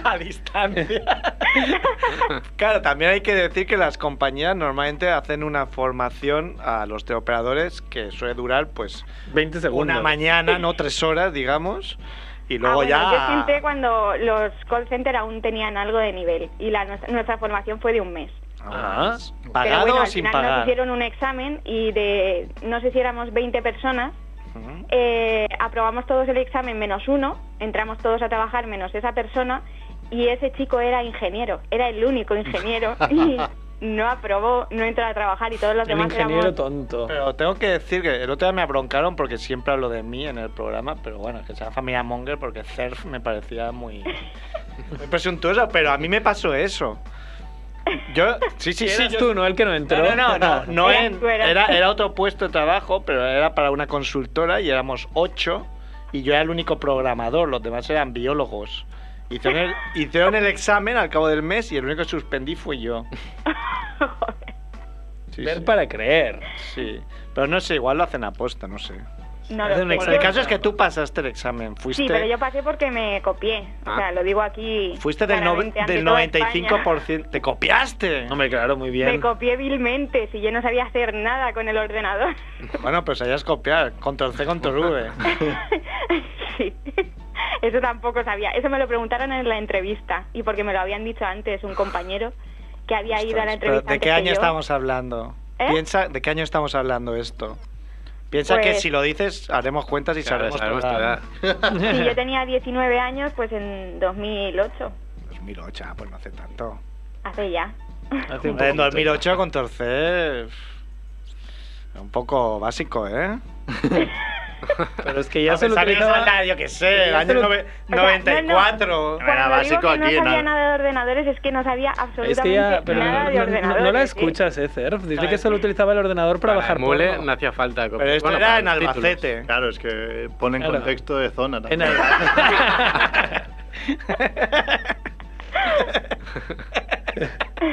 S4: a distancia. Claro, también hay que decir que las compañías normalmente hacen una formación a los teleoperadores que suele durar pues
S5: 20 segundos.
S4: una mañana, no tres horas, digamos, y
S10: Ah,
S4: luego
S10: bueno,
S4: ya...
S10: Yo siempre cuando los call center aún tenían algo de nivel y la, nuestra, nuestra formación fue de un mes.
S4: Ah,
S10: Pero
S4: ¿Pagado
S10: bueno,
S4: o
S10: al
S4: sin
S10: final nos
S4: pagar?
S10: hicieron un examen y de no sé si éramos 20 personas,
S4: Ujú.
S10: eh, aprobamos todos el examen menos uno, entramos todos a trabajar menos esa persona y ese chico era ingeniero, era el único ingeniero y no aprobó, no entró a trabajar y todos los
S3: El
S10: demás
S3: ingeniero
S10: éramos...
S3: tonto.
S4: Pero tengo que decir que el otro día me abroncaron porque siempre hablo de mí en el programa, pero bueno, que sea familia Monger porque Cerf me parecía muy, muy presuntuoso, pero a mí me pasó eso. Yo, sí, sí,
S3: Sí,
S4: sí.
S3: eras
S4: yo-
S3: tú, ¿no? El que no entró.
S4: No, no, no, no, no
S10: Eras
S4: en-
S10: tú, eras
S4: era,
S10: tú.
S4: era otro puesto de trabajo, pero era para una consultora y éramos ocho y yo era el único programador, los demás eran biólogos. Hicieron el, hicieron el examen al cabo del mes y el único que suspendí fui yo. Sí,
S3: Ver
S4: sí.
S3: para creer.
S4: Sí, pero no sé, igual lo hacen aposta, no sé.
S10: No lo
S4: Hacen un
S10: sé.
S4: examen.
S10: Yo-
S4: El caso es que tú pasaste el examen, fuiste, Ah.
S10: Sí, pero yo pasé porque me copié. O sea, lo digo aquí.
S4: fuiste del, no-
S10: claramente, ante
S4: del
S10: toda España.
S4: 95%, te copiaste.
S5: Hombre, claro, muy bien.
S10: Me copié vilmente, si yo no sabía hacer nada con el ordenador.
S4: Bueno, pues hayas copiar, control C, control V.
S10: sí. Eso tampoco sabía. Eso me lo preguntaron en la entrevista y porque me lo habían dicho antes un compañero que había ido a la
S4: Pero,
S10: entrevista.
S4: ¿De
S10: antes
S4: qué
S10: que
S4: año
S10: yo.
S4: estamos hablando?
S10: ¿Eh?
S4: Piensa, ¿de qué año estamos hablando esto? Piensa que
S10: Pues-
S4: si lo dices, haremos cuentas y
S5: Claro,
S4: sabremos
S5: sabemos
S4: tu
S5: tu
S4: edad.
S5: edad.
S10: Sí, yo tenía 19 años, pues en 2008,
S4: 2008, ah, pues no hace tanto.
S10: hace ya.
S4: Hombre, En 2008 control C... pff, Un poco básico, ¿eh?
S3: Pero es que ya se lo
S4: Pensar en
S3: utilizaba...
S4: saldar, yo qué sé, el
S3: Ya se
S4: año
S3: lo-
S4: nove-
S10: O sea, no, no.
S4: 94.
S10: Cuando
S2: Era
S10: digo
S2: básico
S10: que no
S2: aquí,
S10: sabía
S2: nada.
S10: nada de ordenadores es que no sabía absolutamente
S3: Es que ya, pero
S10: nada
S3: no,
S10: de
S3: no- no-
S10: ordenadores.
S3: no la
S10: ¿eh?
S3: escuchas, eh, Cerf. Dice
S4: Claro,
S3: que solo
S4: sí.
S3: utilizaba el ordenador para, bajar
S5: Mule
S3: porno.
S5: no hacía falta copiar.
S4: Pero esto
S5: Bueno,
S4: era
S5: para
S4: en
S5: los títulos.
S4: Albacete.
S2: Eh, Claro, es que pone en
S3: Claro.
S2: contexto de zona
S3: En
S2: también.
S3: el-
S4: A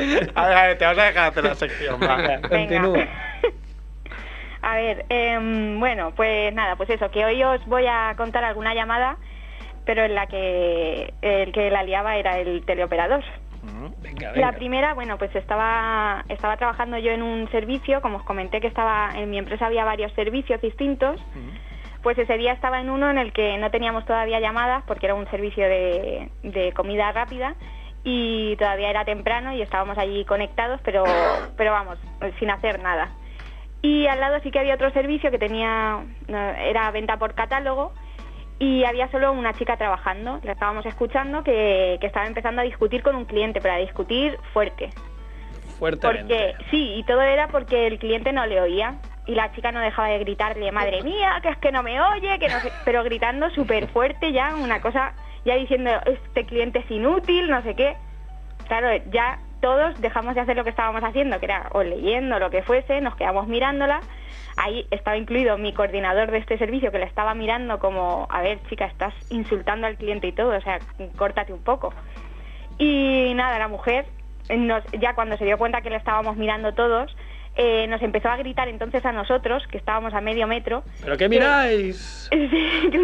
S4: ver, a ver, te vas a dejar hacer la sección. va.
S10: Venga.
S3: Continúa.
S10: A ver, em, bueno, pues nada, pues eso, que hoy os voy a contar alguna llamada, pero en la que el que la liaba era el teleoperador.
S3: Venga,
S10: La
S3: venga.
S10: primera, bueno, pues estaba, estaba trabajando yo en un servicio, como os comenté que estaba en mi empresa había varios servicios distintos, pues ese día estaba en uno en el que no teníamos todavía llamadas porque era un servicio de, de comida rápida y todavía era temprano y estábamos allí conectados, pero, pero vamos, sin hacer nada. Y al lado sí que había otro servicio que tenía, no, era venta por catálogo y había solo una chica trabajando, la estábamos escuchando, que, que estaba empezando a discutir con un cliente, pero a discutir fuerte. Porque
S3: Fuertemente.
S10: sí, y todo era porque el cliente no le oía y la chica no dejaba de gritarle, madre mía, que es que no me oye, que no sé, pero gritando súper fuerte ya, una cosa, ya diciendo, este cliente es inútil, no sé qué. Claro, ya todos dejamos de hacer lo que estábamos haciendo, que era o leyendo, lo que fuese, nos quedamos mirándola. Ahí estaba incluido mi coordinador de este servicio que la estaba mirando como, a ver, chica, estás insultando al cliente y todo, o sea, córtate un poco. Y nada, la mujer, nos- ya cuando se dio cuenta que la estábamos mirando todos, eh, nos empezó a gritar entonces a nosotros, que estábamos a medio metro,
S3: ¿Pero qué miráis?
S10: Sí,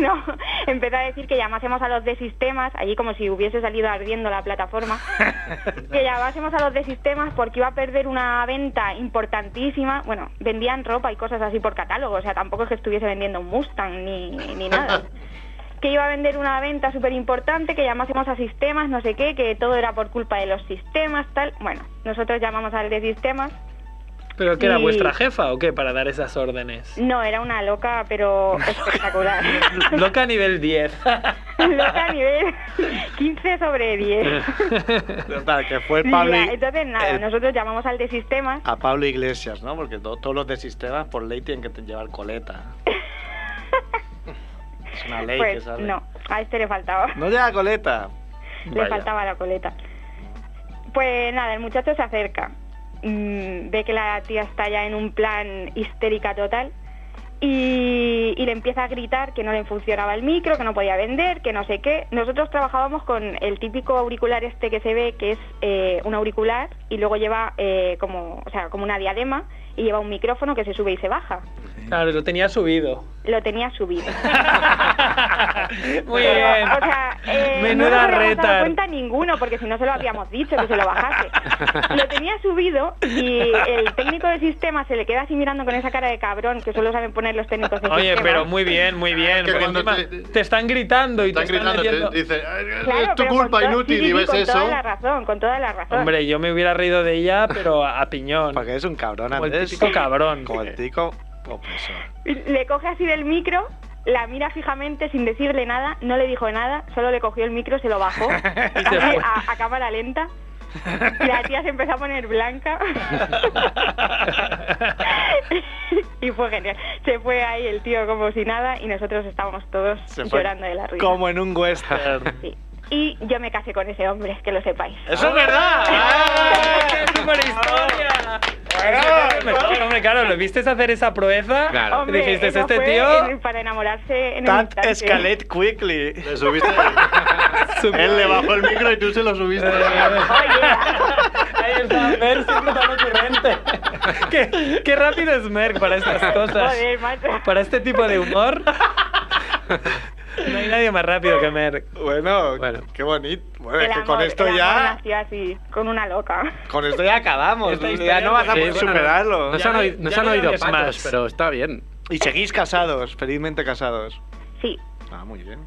S10: no, empezó a decir que llamásemos a los de sistemas, allí como si hubiese salido ardiendo la plataforma, que llamásemos a los de sistemas porque iba a perder una venta importantísima, bueno, vendían ropa y cosas así por catálogo, o sea, tampoco es que estuviese vendiendo un Mustang ni, ni nada, que iba a vender una venta súper importante, que llamásemos a sistemas, no sé qué, que todo era por culpa de los sistemas, tal, bueno, nosotros llamamos al de sistemas,
S3: ¿Pero que era
S10: Y-
S3: vuestra jefa o qué para dar esas órdenes?
S10: no, era una loca, pero espectacular.
S3: Loca nivel 10.
S10: loca nivel 15 sobre 10.
S4: Total, que fue el Pablo.
S10: Mira,
S4: I-
S10: entonces nada,
S4: el-
S10: nosotros llamamos al de sistemas.
S4: a Pablo Iglesias, ¿no? Porque to- todos los de sistemas por ley tienen que te- llevar coleta. es una ley que
S10: Pues
S4: sale.
S10: no, a este le faltaba.
S4: No lleva coleta.
S10: Le
S4: Vaya.
S10: faltaba la coleta. Pues nada, el muchacho se acerca, mm, ve que la tía está ya en un plan histérica total y, y le empieza a gritar que no le funcionaba el micro, que no podía vender, que no sé qué. Nosotros trabajábamos con el típico auricular este que se ve, que es eh, un auricular y luego lleva eh, como, o sea, como una diadema y lleva un micrófono que se sube y se baja.
S3: Claro, lo tenía subido.
S10: Lo tenía subido.
S3: Muy bien.
S10: O sea, eh,
S3: Menuda
S10: no nos habíamos dado
S3: retar.
S10: cuenta ninguno, porque si no se lo habíamos dicho que se lo bajase. Lo tenía subido y el técnico de sistema se le queda así mirando con esa cara de cabrón que solo saben poner los técnicos de
S3: Oye,
S10: sistema.
S3: pero muy bien, muy bien.
S2: Que
S3: porque
S2: cuando
S3: encima
S2: te-
S3: te, están gritando y te
S2: Están
S3: están
S2: gritando,
S3: metiendo-
S2: te dicen, "Ay,
S10: Claro,
S2: es tu
S10: pero con
S2: culpa,
S10: to- sí,
S2: inútil,
S10: sí,
S2: y
S10: sí,
S2: ves
S10: con
S2: eso.
S10: toda la razón, con toda la razón.
S3: Hombre, yo me hubiera reído de ella, pero a, a piñón.
S4: Porque es un cabrón,
S3: Como el
S4: Andrés.
S3: típico cabrón.
S4: Como el tico opresor.
S10: Le coge así del micro, la mira fijamente sin decirle nada, no le dijo nada, solo le cogió el micro, se lo bajó así,
S3: fue.
S10: a, a cámara lenta. Y la tía se empezó a poner blanca. y fue genial. Se fue ahí el tío como si nada y nosotros estábamos todos
S4: Se fue
S10: llorando de la risa.
S4: Como en un western.
S10: Sí. Y yo me casé con ese hombre, que lo sepáis.
S4: ¡Eso es verdad!
S3: Ah, ¡Qué superhistoria! Eso es lo mejor, Hombre, claro, lo viste hacer esa proeza.
S5: Claro.
S10: Hombre,
S3: Dijiste,
S10: eso
S3: este
S10: fue
S3: tío-
S10: en- para enamorarse en un
S4: That
S10: instante.
S4: escalate quickly.
S2: Le subiste. Él le bajó el micro y tú se lo subiste.
S3: Ahí está, Merck siempre tan ocurrente. qué, qué rápido es Merck para estas cosas.
S10: Joder, macho.
S3: Para este tipo de humor. No hay nadie más rápido que Merck.
S4: Bueno,
S5: Bueno.
S4: qué bonito. Bueno,
S10: El
S4: es eh, que con
S10: amor-
S4: esto
S10: el amor
S4: ya.
S10: nació así, con una loca.
S4: Con esto ya acabamos.
S3: Esta
S4: Ya
S3: historia
S4: no vas a
S3: muy
S4: poder
S5: Sí, bueno,
S4: superarlo.
S5: Nos han
S3: no-
S5: oído, nos
S3: ya
S5: han
S3: no
S5: oído
S3: digas
S5: patos,
S3: más.
S5: pero está bien.
S4: Y seguís casados, felizmente casados.
S10: Sí,
S4: Ah, muy bien.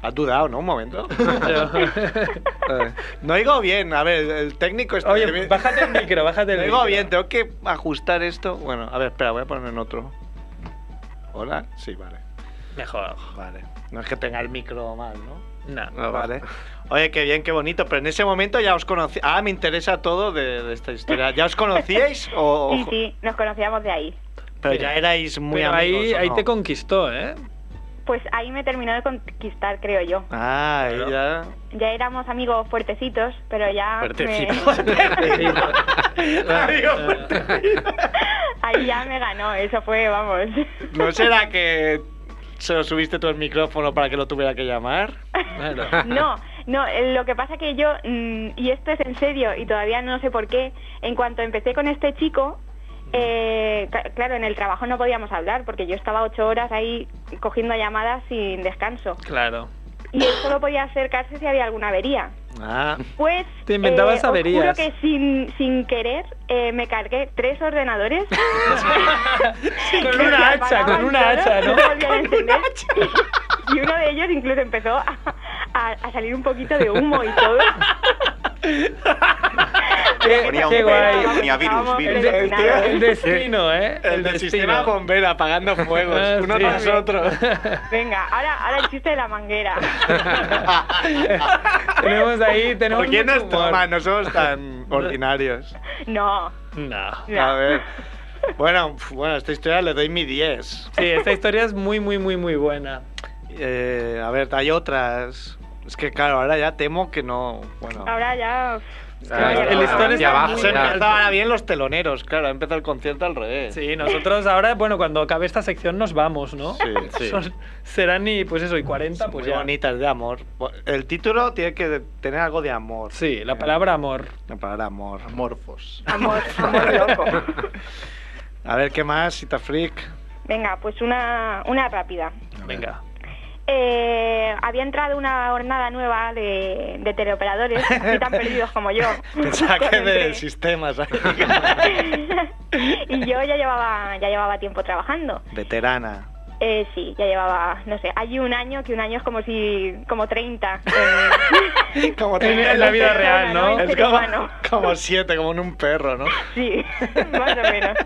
S4: Has dudado, ¿no? Un momento.
S3: Yo-
S4: Eh, no digo bien. A ver, el técnico está. que
S3: Oye,
S4: me-
S3: bájate el micro, bájate el
S4: No
S3: micro.
S4: digo bien, tengo que ajustar esto. Bueno, a ver, espera, voy a poner en otro. ¿Hola? Sí, vale.
S3: Mejor.
S4: Vale. No es que tenga el micro mal, ¿no?
S3: No.
S5: No, va.
S4: Ah, Vale. Oye, qué bien, qué bonito. Pero en ese momento ya os conocí. Ah, me interesa todo de, de esta historia. ¿Ya os conocíais o.?
S10: sí, sí, nos conocíamos de ahí.
S4: Pero ya erais muy
S3: Pero
S4: amigos.
S3: ahí,
S4: ¿o
S3: ahí
S4: no?
S3: te conquistó, ¿eh?
S10: Pues ahí me terminó de conquistar, creo yo.
S4: Ah, ahí ya.
S10: Ya éramos amigos fuertecitos, pero ya...
S5: Fuertecitos.
S4: Amigo,
S10: ahí ya me ganó, eso fue, vamos.
S4: ¿No será que se lo subiste tú el micrófono para que lo tuviera que llamar?
S5: Bueno.
S10: No, no, eh, lo que pasa que yo, mm, y esto es en serio, y todavía no sé por qué, en cuanto empecé con este chico, eh, ca- claro, en el trabajo no podíamos hablar, porque yo estaba ocho horas ahí cogiendo llamadas sin descanso.
S3: Claro.
S10: Y él solo podía acercarse si había alguna avería.
S4: Ah,
S10: Pues
S3: Te inventabas
S10: os juro
S3: averías.
S10: que sin, sin querer eh, me cargué tres ordenadores.
S3: Con una hacha, con una hacha, ¿no?
S10: Y, uno de ellos incluso empezó a, a- a salir un poquito de humo y todo.
S3: Qué,
S8: Ponía un
S3: qué guay.
S8: pelo. ponía virus,
S10: Estábamos
S8: virus.
S10: alucinados.
S3: El destino, ¿eh?
S4: el, del sistema bombero apagando fuegos,
S3: Ah,
S4: uno
S3: sí.
S4: tras otro.
S10: Venga, ahora, ahora el chiste de la manguera.
S3: tenemos ahí, tenemos.
S4: ¿Por qué
S3: mucho
S4: nos
S3: humor.
S4: toman? No somos tan ordinarios.
S10: No.
S3: No.
S10: no.
S4: A ver. Bueno, pf, bueno, esta historia le doy mi 10.
S3: Sí, esta historia es muy, muy, muy, muy buena.
S4: Eh, a ver, hay otras. Es que claro, ahora ya temo que no. Bueno.
S10: Ahora ya...
S5: Ah,
S3: El
S5: ah,
S3: listón
S5: de
S3: está
S5: abajo,
S3: muy
S4: Se
S5: ya.
S3: alto.
S4: empezaban bien los teloneros, claro, ha empezado el concierto al revés.
S3: Sí, nosotros ahora, bueno, cuando acabe esta sección nos vamos, ¿no?
S4: Sí, sí.
S3: Son- serán y, pues eso, y 40, pues
S4: Muy
S3: ya.
S4: bonitas de amor. El título tiene que tener algo de amor.
S3: Sí, la palabra amor.
S4: La palabra amor.
S2: Amorfos.
S10: Amor, amor loco.
S4: A ver, ¿qué más, Cita Freak?
S10: Venga, pues una, una rápida.
S3: Venga.
S10: Eh, había entrado una hornada nueva de, de teleoperadores, y tan perdidos como yo.
S4: Pensaba que
S10: Cuando
S4: del
S10: entré.
S4: sistema, ¿sabes?
S10: y yo ya llevaba, ya llevaba tiempo trabajando.
S4: Veterana.
S10: Eh, sí, ya llevaba, no sé, hay un año, que un año es como si, como 30. eh,
S4: Como
S3: En, en la vida real, ¿no?
S10: Es
S4: Es
S10: ser
S4: como,
S10: humano.
S4: como siete, como en un perro, ¿no?
S10: Sí, más o menos.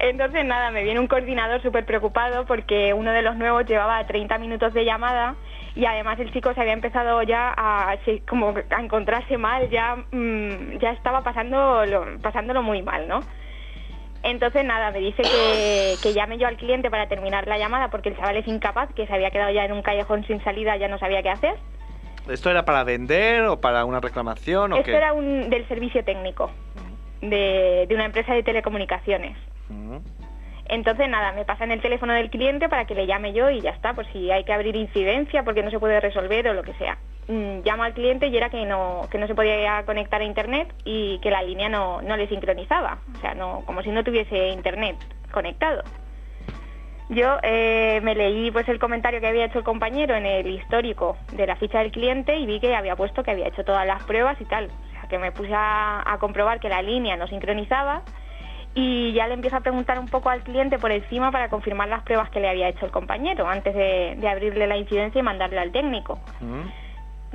S10: Entonces, nada, me viene un coordinador súper preocupado porque uno de los nuevos llevaba 30 minutos de llamada y además el chico se había empezado ya a, sí, como a encontrarse mal, ya, mm, ya estaba pasándolo, pasándolo muy mal, ¿no? Entonces, nada, me dice que, que llame yo al cliente para terminar la llamada porque el chaval es incapaz, que se había quedado ya en un callejón sin salida, ya no sabía qué hacer.
S4: ¿Esto era para vender o para una reclamación o
S10: Esto
S4: qué?
S10: era un, del servicio técnico de, de una empresa de telecomunicaciones.
S4: Mm.
S10: Entonces, nada, me pasan el teléfono del cliente para que le llame yo y ya está, por si hay que abrir incidencia porque no se puede resolver o lo que sea. Mm, Llamo al cliente y era que no, que no se podía conectar a internet y que la línea no, no le sincronizaba, o sea, no, como si no tuviese internet conectado. Yo eh, me leí pues el comentario que había hecho el compañero en el histórico de la ficha del cliente y vi que había puesto que había hecho todas las pruebas y tal. O sea, que me puse a, a comprobar que la línea no sincronizaba y ya le empiezo a preguntar un poco al cliente por encima para confirmar las pruebas que le había hecho el compañero antes de, de abrirle la incidencia y mandarla al técnico.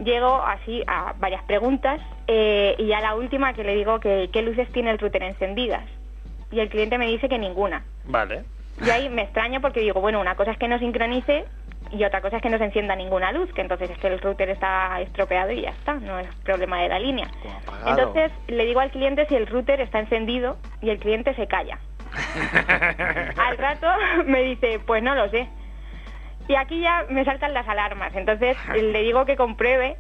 S10: Llego así a varias preguntas eh, y ya la última que le digo que qué luces tiene el router encendidas. Y el cliente me dice que ninguna.
S4: Vale.
S10: Y ahí me extraña porque digo, bueno, una cosa es que no sincronice y otra cosa es que no se encienda ninguna luz, que entonces es que el router está estropeado y ya está, no es problema de la línea.
S4: apagado.
S10: Entonces le digo al cliente si el router está encendido y el cliente se calla. Al rato me dice, pues no lo sé. Y aquí ya me saltan las alarmas, entonces le digo que compruebe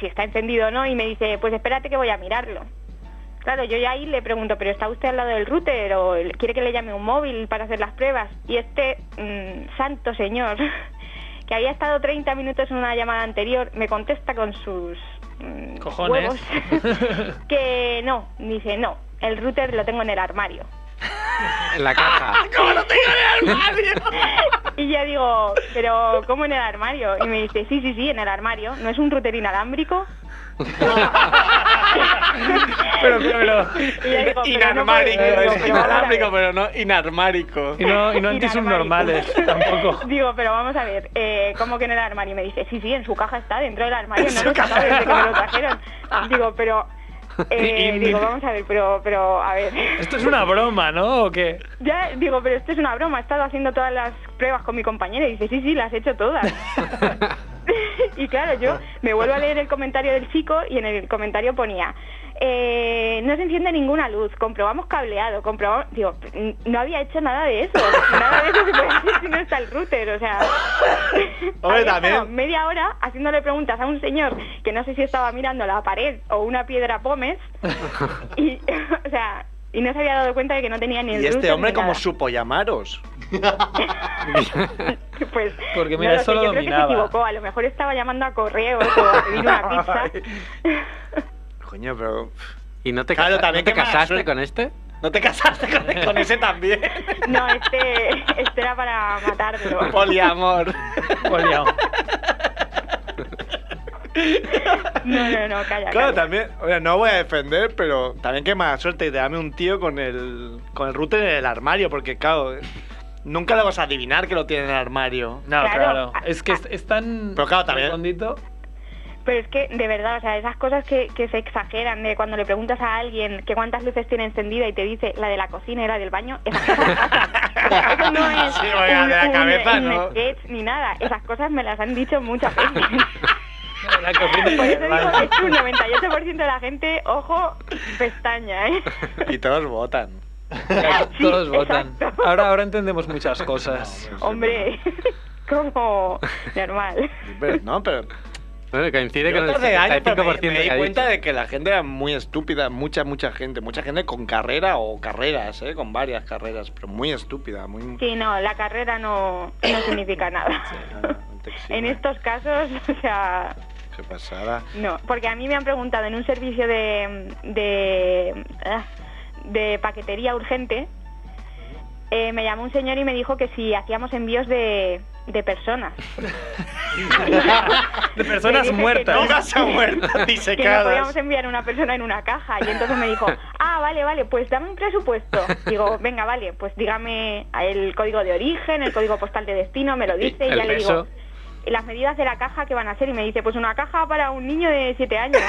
S10: si está encendido o no y me dice, pues espérate que voy a mirarlo. Claro, yo ya ahí le pregunto, ¿pero está usted al lado del router o el- quiere que le llame un móvil para hacer las pruebas? Y este mm, santo señor, que había estado 30 minutos en una llamada anterior, me contesta con sus mm,
S3: Cojones.
S10: huevos que no, dice, no, el router lo tengo en el armario.
S4: En la caja.
S10: Y ya digo, ¿pero cómo en el armario? Y me dice, sí, sí, sí, en el armario. ¿No es un router inalámbrico?
S5: Pero, pero,
S10: Y ya digo, pero no puede
S5: inarmárico,
S10: ser, digo, pero vamos a
S5: es
S10: ver.
S5: inalámbrico, pero no inarmárico.
S3: Y no, y no
S10: normales
S3: antisubnormales tampoco.
S10: Digo, pero vamos a ver, eh, ¿cómo que en el armario? Y me dice, sí, sí, en su caja está, dentro del armario, no lo sacaba desde que me lo trajeron. Digo, pero... eh,
S3: Y- y-
S10: digo, vamos a ver, pero, pero, a ver.
S3: Esto es una broma, ¿no? ¿O qué?
S10: Ya, digo, pero esto es una broma, he estado haciendo todas las pruebas con mi compañera y dice, sí, sí, las he hecho todas. y claro, yo me vuelvo a leer el comentario del chico y en el comentario ponía, eh, no se enciende ninguna luz, comprobamos cableado, comprobamos... Digo, n- no había hecho nada de eso, nada de eso se puede hacer si no está el router, o sea...
S4: Hombre,
S10: había
S4: también-
S10: estado media hora haciéndole preguntas a un señor que no sé si estaba mirando la pared o una piedra pómez y, o sea... Y no se había dado cuenta de que no tenía ni el
S4: ¿Y este
S10: router
S4: hombre
S10: ni
S4: cómo
S10: nada.
S4: supo llamaros?
S10: Pues,
S3: Porque mira,
S10: no
S3: eso
S10: sé,
S3: lo
S10: yo creo que se
S3: dominaba.
S10: equivocó, a lo mejor estaba llamando a correos o a pedir una pizza.
S4: Coño, pero...
S5: ¿Y no te,
S4: Claro,
S5: casa-
S4: también
S5: ¿no te
S4: qué mala
S5: casaste
S4: suerte.
S5: con este?
S4: ¿No te casaste con, con ese también?
S10: No, este, este era para matarlo.
S4: Poliamor.
S3: Poliao.
S10: No, no, no, calla.
S4: Claro,
S10: calla.
S4: también, o sea, no voy a defender, pero también qué mala suerte te dame un tío con el, con el router en el armario, porque claro, nunca lo vas a adivinar que lo tiene en el armario.
S3: No,
S10: Claro. Ah.
S3: claro. Es que es, es tan.
S4: Pero claro, también-
S3: recondito.
S10: Pero es que, de verdad, o sea, esas cosas que, que se exageran de cuando le preguntas a alguien que cuántas luces tiene encendida y te dice la de la cocina y la del baño, esas cosas pasan. Eso no es
S4: Sí, oiga, de la cabeza,
S10: un
S4: ¿no?
S10: sketch ni nada. Esas cosas me las han dicho muchas veces.
S3: La cocina
S10: Por eso digo que
S3: vale.
S10: es un 98% de la gente, ojo, pestaña, ¿eh?
S4: Y todos votan.
S10: Sí,
S3: Todos votan.
S10: exacto.
S3: Ahora, ahora entendemos muchas cosas.
S10: Hombre, como normal.
S4: Pero, no, pero...
S5: Bueno, coincide
S4: Yo
S5: con el
S4: hace años, pero
S5: 75%
S4: me, me di
S5: que ha
S4: cuenta
S5: dicho.
S4: de que la gente era muy estúpida, mucha, mucha gente, mucha gente con carrera o carreras, ¿eh? con varias carreras, pero muy estúpida, muy...
S10: Sí, no, la carrera no, no significa nada.
S4: Ah,
S10: En estos casos, o sea,
S4: Qué pasada.
S10: no. Porque a mí me han preguntado en un servicio de, de, ah, de paquetería urgente, eh, me llamó un señor y me dijo que si hacíamos envíos de, de personas. Me
S3: De personas
S10: dije que
S3: muertas.
S10: no.
S4: No vas a muerta,
S10: que no
S4: disecadas.
S10: podíamos enviar una persona en una caja. Y entonces me dijo, ah, vale, vale, pues dame un presupuesto. Digo, venga, vale, pues dígame el código de origen, el código postal de destino, me lo dice y
S5: el
S10: ya le digo.
S5: peso.
S10: "Y Las medidas de la caja que van a ser y me dice, pues una caja para un niño de 7 años.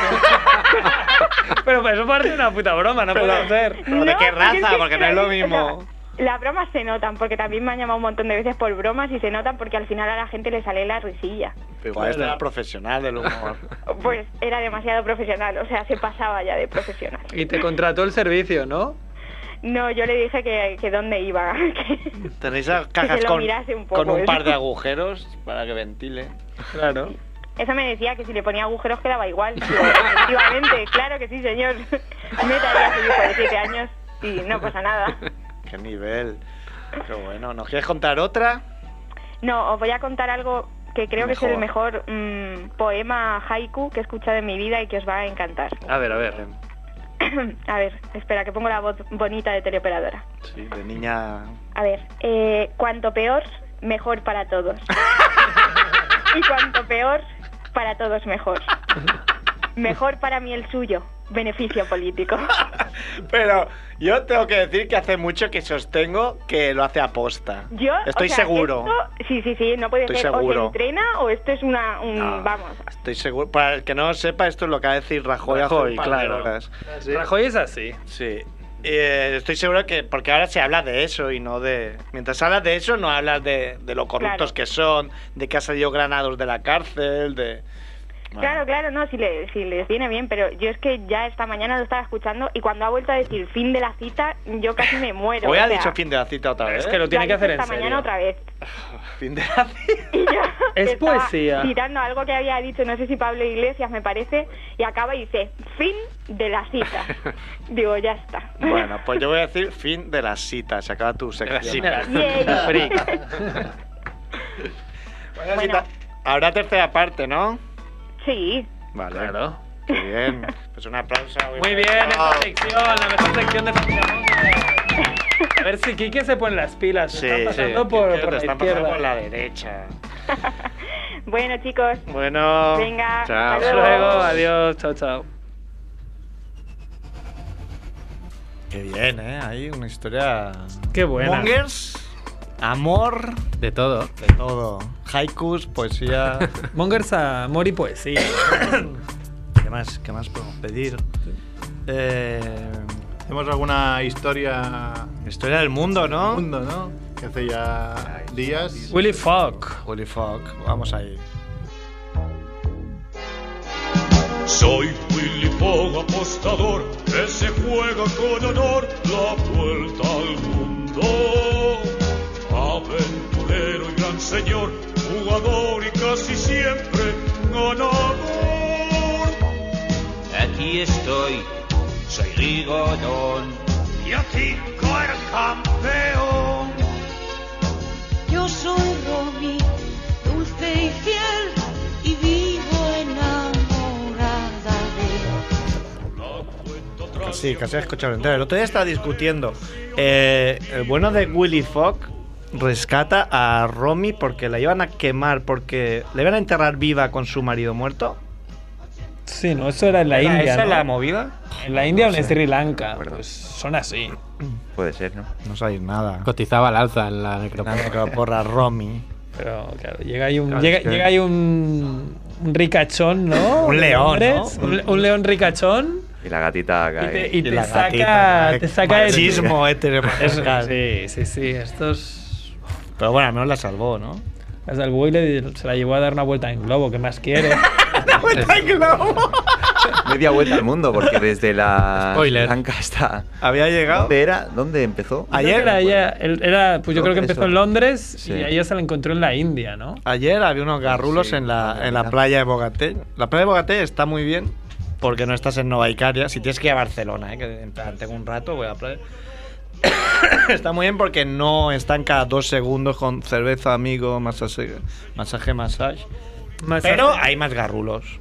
S3: Pero eso parece una puta broma, no puede ser.
S4: Pero de
S10: No,
S4: qué
S10: porque pues es
S4: raza,
S10: que
S4: porque no es lo
S10: claro, o
S4: mismo.
S10: sea, las bromas se notan, porque también me han llamado un montón de veces por bromas y se notan porque al final a la gente le sale la risilla.
S4: Pero igual era profesional del humor.
S10: Pues era demasiado profesional, o sea, se pasaba ya de profesional.
S3: Y te contrató el servicio, ¿no?
S10: No, yo le dije que, que dónde iba. que-
S4: Tenéis esas
S10: Que
S4: cajas
S10: se lo
S4: con,
S10: mirase un poco, ¿eh?
S4: con un
S10: eso.
S4: par de agujeros para que ventile.
S3: Claro.
S10: Eso me decía que si le ponía agujeros quedaba igual. Digo, Efectivamente, claro que sí, señor. Meta ya su hijo de 7 años y no pasa nada.
S4: Qué nivel. Qué bueno. ¿Nos quieres contar otra?
S10: No, os voy a contar algo que creo que es el mejor
S4: Mejor.
S10: mm, poema haiku que he escuchado en mi vida y que os va a encantar.
S5: A ver, a ver.
S10: a ver, espera, que pongo la voz bonita de teleoperadora.
S4: Sí, de niña.
S10: A ver, eh, cuanto peor, mejor para todos. y cuanto peor, para todos mejor. Mejor para mí el suyo, beneficio político.
S4: Pero yo tengo que decir que hace mucho que sostengo que lo hace aposta.
S10: Yo, o
S4: Estoy
S10: sea,
S4: seguro.
S10: esto- sí, sí, sí, no puede
S4: Estoy
S10: ser o
S4: seguro. Ah,
S10: se entrena o esto es una, un-
S4: No.
S10: mm, vamos.
S4: Estoy seguro. Para el que no lo sepa, esto es lo que va a decir Rajoy, hace
S5: Rajoy,
S4: un par
S5: claro.
S4: de horas.
S3: Rajoy es así.
S4: Sí. Eh, estoy seguro que, porque ahora se habla de eso y no de... Mientras hablas de eso, no hablas de, de lo corruptos
S10: Claro.
S4: que son, de que ha salido granados de la cárcel, de... Bueno.
S10: Claro, claro, no, si, le- si les viene bien, pero yo es que ya esta mañana lo estaba escuchando y cuando ha vuelto a decir fin de la cita, yo casi me muero.
S4: Hoy
S10: o
S4: ha
S10: sea,
S4: dicho fin de la cita otra vez.
S3: Es que lo tiene
S10: ha
S3: que
S10: dicho
S3: hacer en
S10: esta mañana
S3: serio.
S10: otra vez.
S4: Fin de la cita.
S10: Y yo
S3: Es
S10: estaba
S3: poesía.
S10: Citando algo que había dicho, no sé si Pablo Iglesias me parece, y acaba y dice, fin de la cita. Digo, ya está.
S4: Bueno, pues yo voy a decir fin de la cita. Se acaba tu sección.
S10: Yay.
S4: Bueno,
S10: Bueno.
S4: cita- Habrá tercera parte, ¿no?
S10: sí,
S4: Vale.
S5: Claro.
S4: Qué bien. Pues un aplauso.
S3: Muy bien, esta sección, la mejor sección de Familia Monger. A ver si Quique se pone las pilas.
S4: Sí,
S3: Se están
S4: sí.
S3: pasando por, por
S4: Te
S3: la
S4: están pasando
S3: izquierda.
S4: por la derecha.
S10: bueno chicos,
S4: Bueno.
S10: venga, hasta
S4: Chao.
S3: Hasta luego, adiós, chao, chao.
S4: Qué bien, ¿eh? Hay una historia.
S3: Qué buena.
S4: Mongers, amor,
S5: De todo.
S4: de todo. Haikus, poesía.
S3: Mongers, amor y poesía.
S4: ¿Qué más, qué más podemos pedir? Eh,
S2: Hacemos alguna historia
S4: historia del mundo,
S2: del
S4: ¿no?
S2: mundo, ¿no? Que hace ya días.
S3: Willy Fogg.
S4: Holy fuck. Vamos ahí.
S11: Soy Willy Fogg, apostador, que se juega con honor la vuelta al mundo. Aventurero y gran señor, jugador y casi siempre ganador.
S12: Aquí estoy, soy Rigodón.
S11: Y a ti, el campeón.
S13: Yo soy Romy, dulce y fiel, y vivo enamorada de
S4: Sí, casi he escuchado entero. El otro día estaba discutiendo. eh, el bueno de Willy Fogg rescata a Romy porque la iban a quemar, porque le iban a enterrar viva con su marido muerto.
S3: Sí, no, eso era en la
S4: ¿Era
S3: India.
S4: esa
S3: ¿no?
S4: la movida?
S3: En la India o
S4: No
S3: en
S4: sé.
S3: Sri Lanka. Pues son así.
S8: Puede ser, ¿no?
S4: No sabéis nada.
S5: Cotizaba al alza en la necroporra.
S4: Nada, porra, Romy.
S3: Pero claro, llega ahí un,
S5: Claro,
S3: llega,
S5: es que-
S3: llega ahí un, un ricachón, ¿no?
S4: Un
S3: De
S4: león,
S3: hombres,
S4: ¿no?
S3: Un, le- un león ricachón
S8: Y la gatita
S3: y
S8: cae.
S3: te, y te
S4: la
S3: saca,
S4: gatita, eh,
S3: te saca de-
S4: machismo
S3: Eso,
S4: heteropatriarcal.
S3: sí, sí, sí. Estos.
S4: Pero bueno, al menos la salvó, ¿no?
S3: Las del buey le- se la llevó a dar una vuelta en globo, ¿qué más quiere?
S4: Pues
S8: Media vuelta al mundo, porque desde la
S5: Spoiler.
S8: Blanca hasta.
S4: Había llegado.
S8: ¿Dónde era? ¿Dónde empezó?
S4: Ayer.
S3: Creo que era ella- él- era- pues yo
S8: No,
S3: creo que empezó
S8: eso.
S3: en Londres
S8: Sí.
S3: y ella se la encontró en la India, ¿no?
S4: Ayer había unos garrulos
S8: Sí,
S4: en, la,
S8: vale,
S4: en la
S8: ya.
S4: playa de Bogatell. La playa de Bogatell está muy bien porque no estás en Nova Icaria. Si tienes que ir a Barcelona, ¿eh? que en plan, tengo un rato, voy a la playa. está muy bien porque no están cada dos segundos con cerveza, amigo, masaje, masaje, massage.
S3: Más
S4: Pero
S3: hace-
S4: hay más garrulos.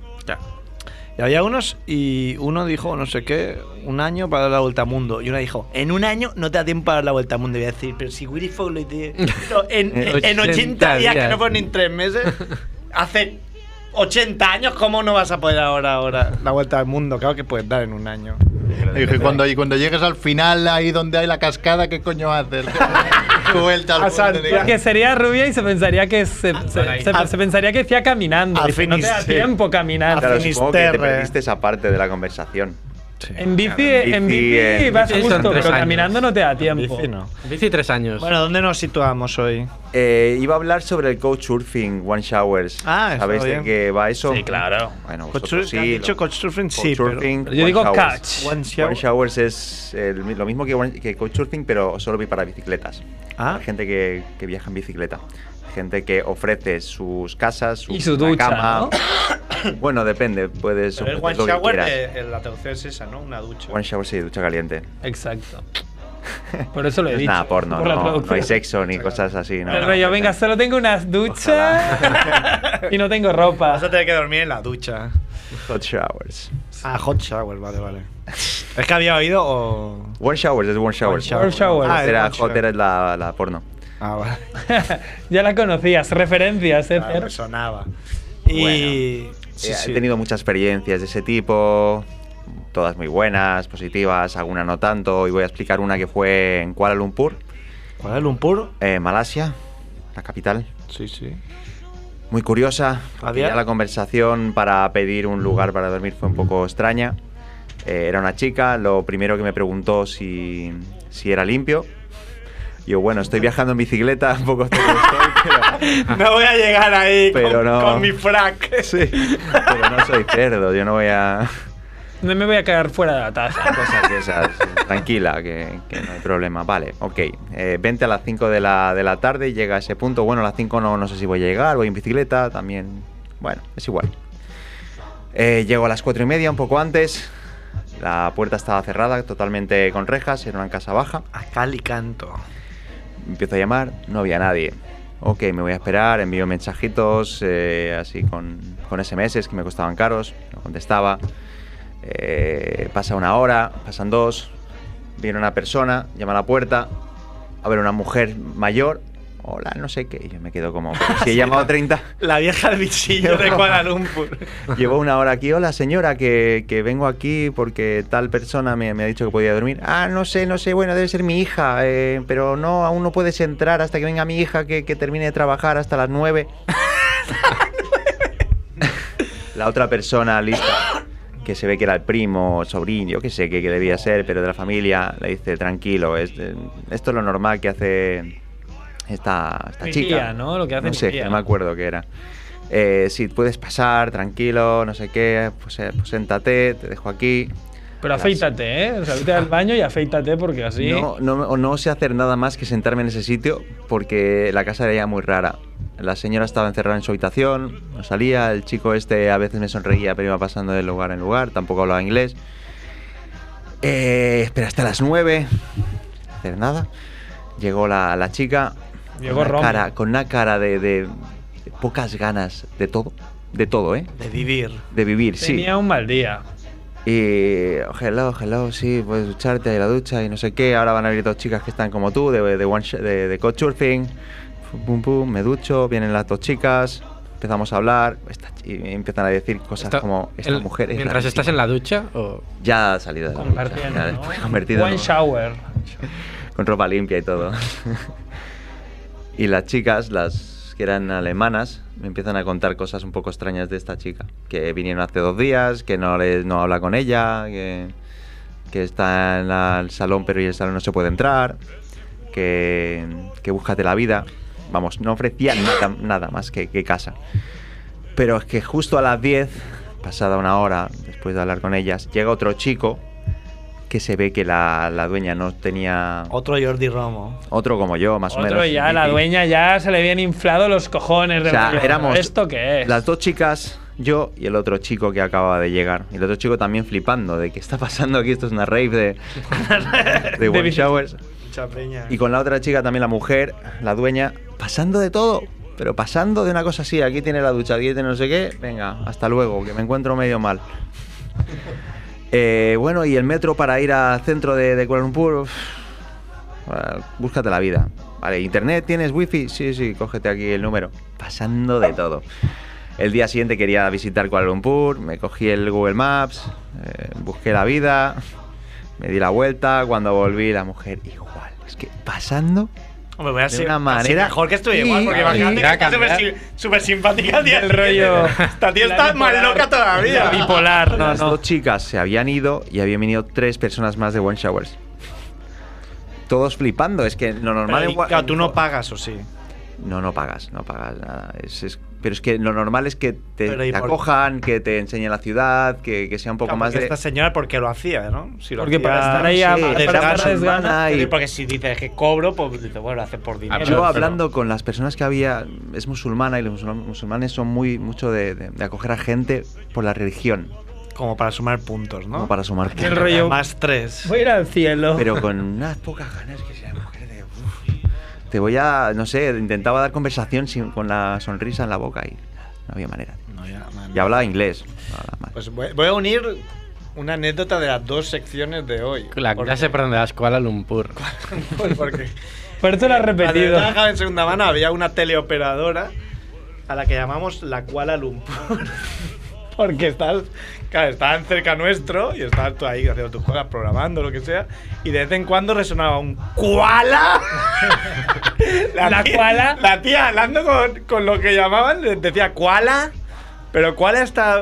S4: Y había unos y uno dijo, no sé qué, un año para dar la vuelta al mundo. Y uno dijo, en un año no te da tiempo para dar la vuelta al mundo. Y voy a decir, pero si Willy Fogg lo hizo hizo en,
S5: En
S4: en 80,
S5: 80
S4: días, que
S5: días.
S4: no fueron ni tres meses, hace 80 años, ¿cómo no vas a poder ahora, ahora la vuelta al mundo? Claro que puedes dar en un año.
S2: Y dije, cuando, y cuando llegues al final, ahí donde hay la cascada, ¿qué coño haces? Tu vuelta al
S4: A
S2: mundo,
S4: Santiago.
S2: digo.
S3: Porque sería rubia y se pensaría que se, se- se-
S4: A-
S3: se pensaría que decía caminando.
S4: a
S3: Dice, no te da
S4: Finisterre.
S3: tiempo caminar.
S4: A
S8: Ah, Claro, supongo que te
S4: Finisterre.
S8: perdiste esa parte de la conversación.
S3: En bici, en bici, vas a gusto, pero caminando no te da tiempo.
S4: bici no.
S5: Bici tres años.
S4: Bueno, ¿dónde nos situamos hoy?
S8: Eh, iba a hablar sobre el couchsurfing, one showers.
S4: Ah, está
S8: ¿Sabéis
S4: bien.
S8: de qué va eso?
S4: Sí, claro.
S8: Bueno,
S4: Couchsurfing,
S8: vosotros sí.
S4: han
S8: lo-
S4: dicho couchsurfing, sí, pero-
S8: couchsurfing,
S4: pero yo
S8: one
S4: digo
S8: showers.
S4: couch.
S8: One showers, es eh, el mi- lo mismo que, one- que couchsurfing, pero solo para bicicletas. Ah. gente que, que viaja en bicicleta. Gente que ofrece sus casas, su,
S3: Y su ducha,
S8: cama. Bueno, depende. Puedes
S4: Pero el
S8: ofrecer
S4: one
S8: lo que
S4: shower,
S8: quieras.
S4: eh, eh, la traducción es esa, ¿no? Una ducha.
S8: One shower sí, ducha caliente.
S3: Exacto. Por eso lo he
S8: No es
S3: dicho.
S8: nada porno,
S3: por la
S8: no, no
S3: traducción.
S8: hay sexo ni cosas así, ¿no?
S3: El rollo, venga, solo tengo unas duchas y no tengo ropa.
S4: Vas a tener que dormir en la ducha.
S8: Hot showers.
S4: Ah, hot shower, vale, vale. ¿Es que había oído o...?
S8: One showers es one showers.
S4: shower. One shower. Ah, es
S8: Era
S4: one shower.
S8: hot era la, la porno.
S4: Ah, vale.
S3: Ya la conocías, referencias, ¿eh?
S4: Ah,
S3: Fer?
S4: me sonaba. Y...
S8: Eh,
S4: Sí,
S8: He
S4: sí.
S8: tenido muchas experiencias de ese tipo, todas muy buenas, positivas, alguna no tanto. Y voy a explicar una que fue en Kuala Lumpur,
S4: ¿Cuál es Lumpur?
S8: eh, Malasia, la capital.
S4: Sí, sí.
S8: Muy curiosa, porque
S4: Había-
S8: ya la conversación para pedir un lugar para dormir fue un poco extraña. Eh, era una chica, lo primero que me preguntó si, si era limpio. Yo, bueno, estoy viajando en bicicleta, un poco
S4: No voy a llegar ahí
S8: Pero
S4: con,
S8: no.
S4: con mi frac.
S8: Sí. Pero no soy cerdo, yo no voy a...
S3: No me voy a cagar fuera de la taza.
S8: Cosas de esas. Tranquila, que, que no hay problema. Vale, ok. Eh, vente a las 5 de la, de la tarde y llega a ese punto. Bueno, a las 5 no, no sé si voy a llegar, voy en bicicleta también. Bueno, es igual. Eh, llego a las 4 y media, un poco antes. La puerta estaba cerrada, totalmente con rejas, era una casa baja.
S4: A cal y canto.
S8: Empiezo a llamar, no había nadie. Ok, me voy a esperar, envío mensajitos, eh, así con, con SMS que me costaban caros, no contestaba. Eh, pasa una hora, pasan dos, viene una persona, llama a la puerta, a ver, una mujer mayor, hola, no sé qué, y yo me quedo como, pero si he llamado 30,
S4: La vieja del bichillo de Kuala Lumpur.
S8: llevo una hora aquí, hola señora, que, que vengo aquí porque tal persona me, me ha dicho que podía dormir. Ah, no sé, no sé, bueno, debe ser mi hija, eh, pero no, aún no puedes entrar hasta que venga mi hija que, que termine de trabajar hasta las 9. la otra persona lista, que se ve que era el primo, sobrino, yo qué sé qué, qué debía ser, pero de la familia, le dice, tranquilo, es- esto es lo normal que hace esta, esta
S3: Mi
S8: chica.
S3: tía, ¿no? Lo que hace
S8: No
S3: mi
S8: sé,
S3: tía.
S8: no me acuerdo qué era. Eh, si puedes pasar, tranquilo, no sé qué, pues, eh, pues siéntate, te dejo aquí.
S3: Pero afeítate, ¿eh? O sea, vete al baño y afeítate porque así.
S8: No, no, no sé hacer nada más que sentarme en ese sitio porque la casa era ya muy rara. La señora estaba encerrada en su habitación, no salía, el chico este a veces me sonreía pero iba pasando de lugar en lugar, tampoco hablaba inglés. Eh, espera hasta las 9, hacer nada. Llegó la, la chica
S3: Llegó
S8: con, una
S3: Romy.
S8: cara, con una cara de, de- de pocas ganas de todo, de todo, ¿eh?
S4: De vivir.
S8: De vivir, sí.
S3: Tenía un mal día.
S8: Y hello, hello, sí, puedes ducharte hay la ducha y no sé qué. Ahora van a venir dos chicas que están como tú, de, de, one sh- de, de couchsurfing. Pum, Pum, pum, me ducho, vienen las dos chicas, empezamos a hablar esta ch- y empiezan a decir cosas
S5: Está-
S8: como: Esta
S5: el-
S8: mujer es.
S5: Mientras estás en la ducha o.
S8: rarísima". Ya ha salido de la ducha, ya después convertido
S3: One
S8: en-
S3: shower.
S8: con ropa limpia y todo. y las chicas, las que eran alemanas, me empiezan a contar cosas un poco extrañas de esta chica. Que vinieron hace dos días, que no, le- no habla con ella, que, que está en la- el salón pero y el salón no se puede entrar, que, que búscate la vida. Vamos, no ofrecía nada, nada más que, que casa. Pero es que justo a las 10, pasada una hora después de hablar con ellas, llega otro chico que se ve que la, la dueña no tenía
S4: Otro Jordi Romo.
S8: otro como yo, más o menos.
S3: Otro ya, la
S8: Y- y-
S3: dueña ya se le habían inflado los cojones de
S8: O sea,
S3: rollo,
S8: éramos
S3: ¿Esto qué es?
S8: Las dos chicas, yo y el otro chico que acaba de llegar. Y el otro chico también flipando de qué está pasando aquí, esto es una rave de, de One Showers.
S4: Mucha peña.
S8: Y con la otra chica también, la mujer, la dueña, pasando de todo. Pero pasando de una cosa así, aquí tiene la ducha, aquí tiene no sé qué, venga, hasta luego, que me encuentro medio mal. Eh, bueno, y el metro para ir al centro de, de Kuala Lumpur, uf, ah, búscate la vida. Vale, ¿internet tienes wifi? Sí, sí, cógete aquí el número. Pasando de todo. El día siguiente quería visitar Kuala Lumpur, me cogí el Google Maps, eh, busqué la vida, me di la vuelta, cuando volví la mujer igual. Es que pasando
S4: Hombre, voy a
S8: De
S4: ser
S8: una
S4: así
S8: manera-
S4: mejor que estoy igual, porque
S8: Sí.
S4: imagínate que
S8: Tendrá
S4: está
S8: que
S4: súper
S8: cambiar.
S4: sim- súper simpática el día
S8: El
S4: siguiente.
S8: rollo-
S4: Esta tía
S8: La
S4: está más
S8: bipolar.
S4: loca todavía.
S8: La
S4: bipolar,
S8: Las dos chicas se habían ido y habían venido tres personas más de One Showers. Todos flipando, es que lo normal en Wa-
S4: claro, tú no pagas, o sí.
S8: No, no pagas, no pagas nada. Es- es- pero es que lo normal es que te,
S4: Pero ¿y
S8: te
S4: por-
S8: acojan, que te enseñen la ciudad, que, que sea un poco
S4: Claro,
S8: más
S4: porque
S8: de.
S4: esta señora, porque lo hacía, no? Si lo
S8: Porque
S4: hacía-
S8: para estar ahí a- Sí, para estar
S4: desgana,
S8: a desgana.
S4: desgana,
S8: y- Ah,
S4: Porque si dices que cobro, pues dices, bueno, lo haces por dinero.
S8: Yo hablando con las personas que había, es musulmana y los musulman- musulmanes son muy mucho de, de- de acoger a gente por la religión.
S4: Como para sumar puntos, ¿no?
S8: Como para sumar puntos.
S3: El rollo.
S4: Más tres.
S3: Voy a ir al cielo.
S8: Pero con unas pocas ganas que sea mujer de. uf. Te voy a. No sé, intentaba dar conversación sin- con la sonrisa en la boca y no había manera. Y hablaba inglés. no hablaba mal.
S4: Pues voy, voy a unir una anécdota de las dos secciones de hoy.
S5: La
S4: Porque-
S5: clase por donde vas, Kuala Lumpur.
S4: porque
S3: Pero tú lo has
S4: cuando yo
S3: repetido.
S4: trabajaba en segunda mano había una teleoperadora a la que llamamos la Kuala Lumpur. Porque estás, claro, estaban cerca nuestro y estabas tú ahí haciendo tus cosas, programando, lo que sea, y de vez en cuando resonaba un ¡Kuala!
S3: La
S4: tía-
S3: Kuala.
S4: La tía hablando con, con lo que llamaban le decía ¡Kuala! Pero ¿Kuala está...?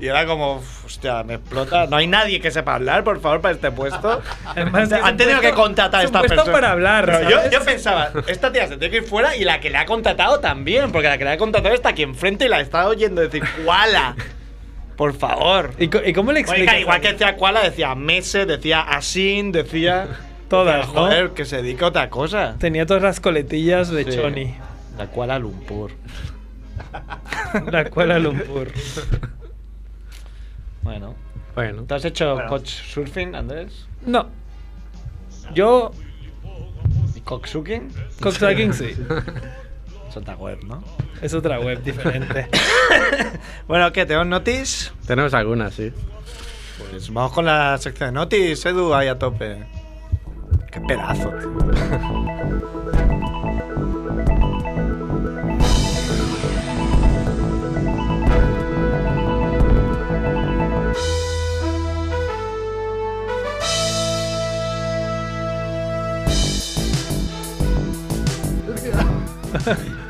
S4: Y era como, "Uf, hostia, me explota. No hay nadie que sepa hablar, por favor, para este puesto.
S3: Además, que es
S4: Han
S3: un
S4: tenido
S3: puesto-
S4: que contratar a
S3: es un
S4: esta
S3: puesto
S4: persona.
S3: para hablar,
S4: Pero yo,
S3: ¿sabes?
S4: yo pensaba, esta tía se tiene que ir fuera y la que le ha contratado también, porque la que le ha contratado está aquí enfrente y la está oyendo decir, ¡Kuala! Por favor.
S3: ¿Y, co- y cómo le explicas?
S4: Oiga, igual
S3: a-
S4: que decía Kuala, decía Mese, decía Asin, decía.
S3: Todas,
S4: decía,
S3: ¿no?
S4: Joder, que se dedica a otra cosa.
S3: Tenía todas las coletillas de
S4: Sí.
S3: Choni.
S4: La Kuala Lumpur.
S3: La Kuala Lumpur.
S4: Bueno.
S5: Bueno.
S4: ¿Te has hecho coach surfing, Andrés?
S3: No. Yo,
S4: ¿Y cocksucking?
S3: Cocksucking, sí.
S4: Es otra web, ¿no?
S3: Es otra web diferente.
S4: Bueno, ¿qué? ¿Tenemos notis?
S5: Tenemos algunas, sí.
S4: Pues vamos con la sección de notis, Edu, ahí a tope. Qué pedazo, tío.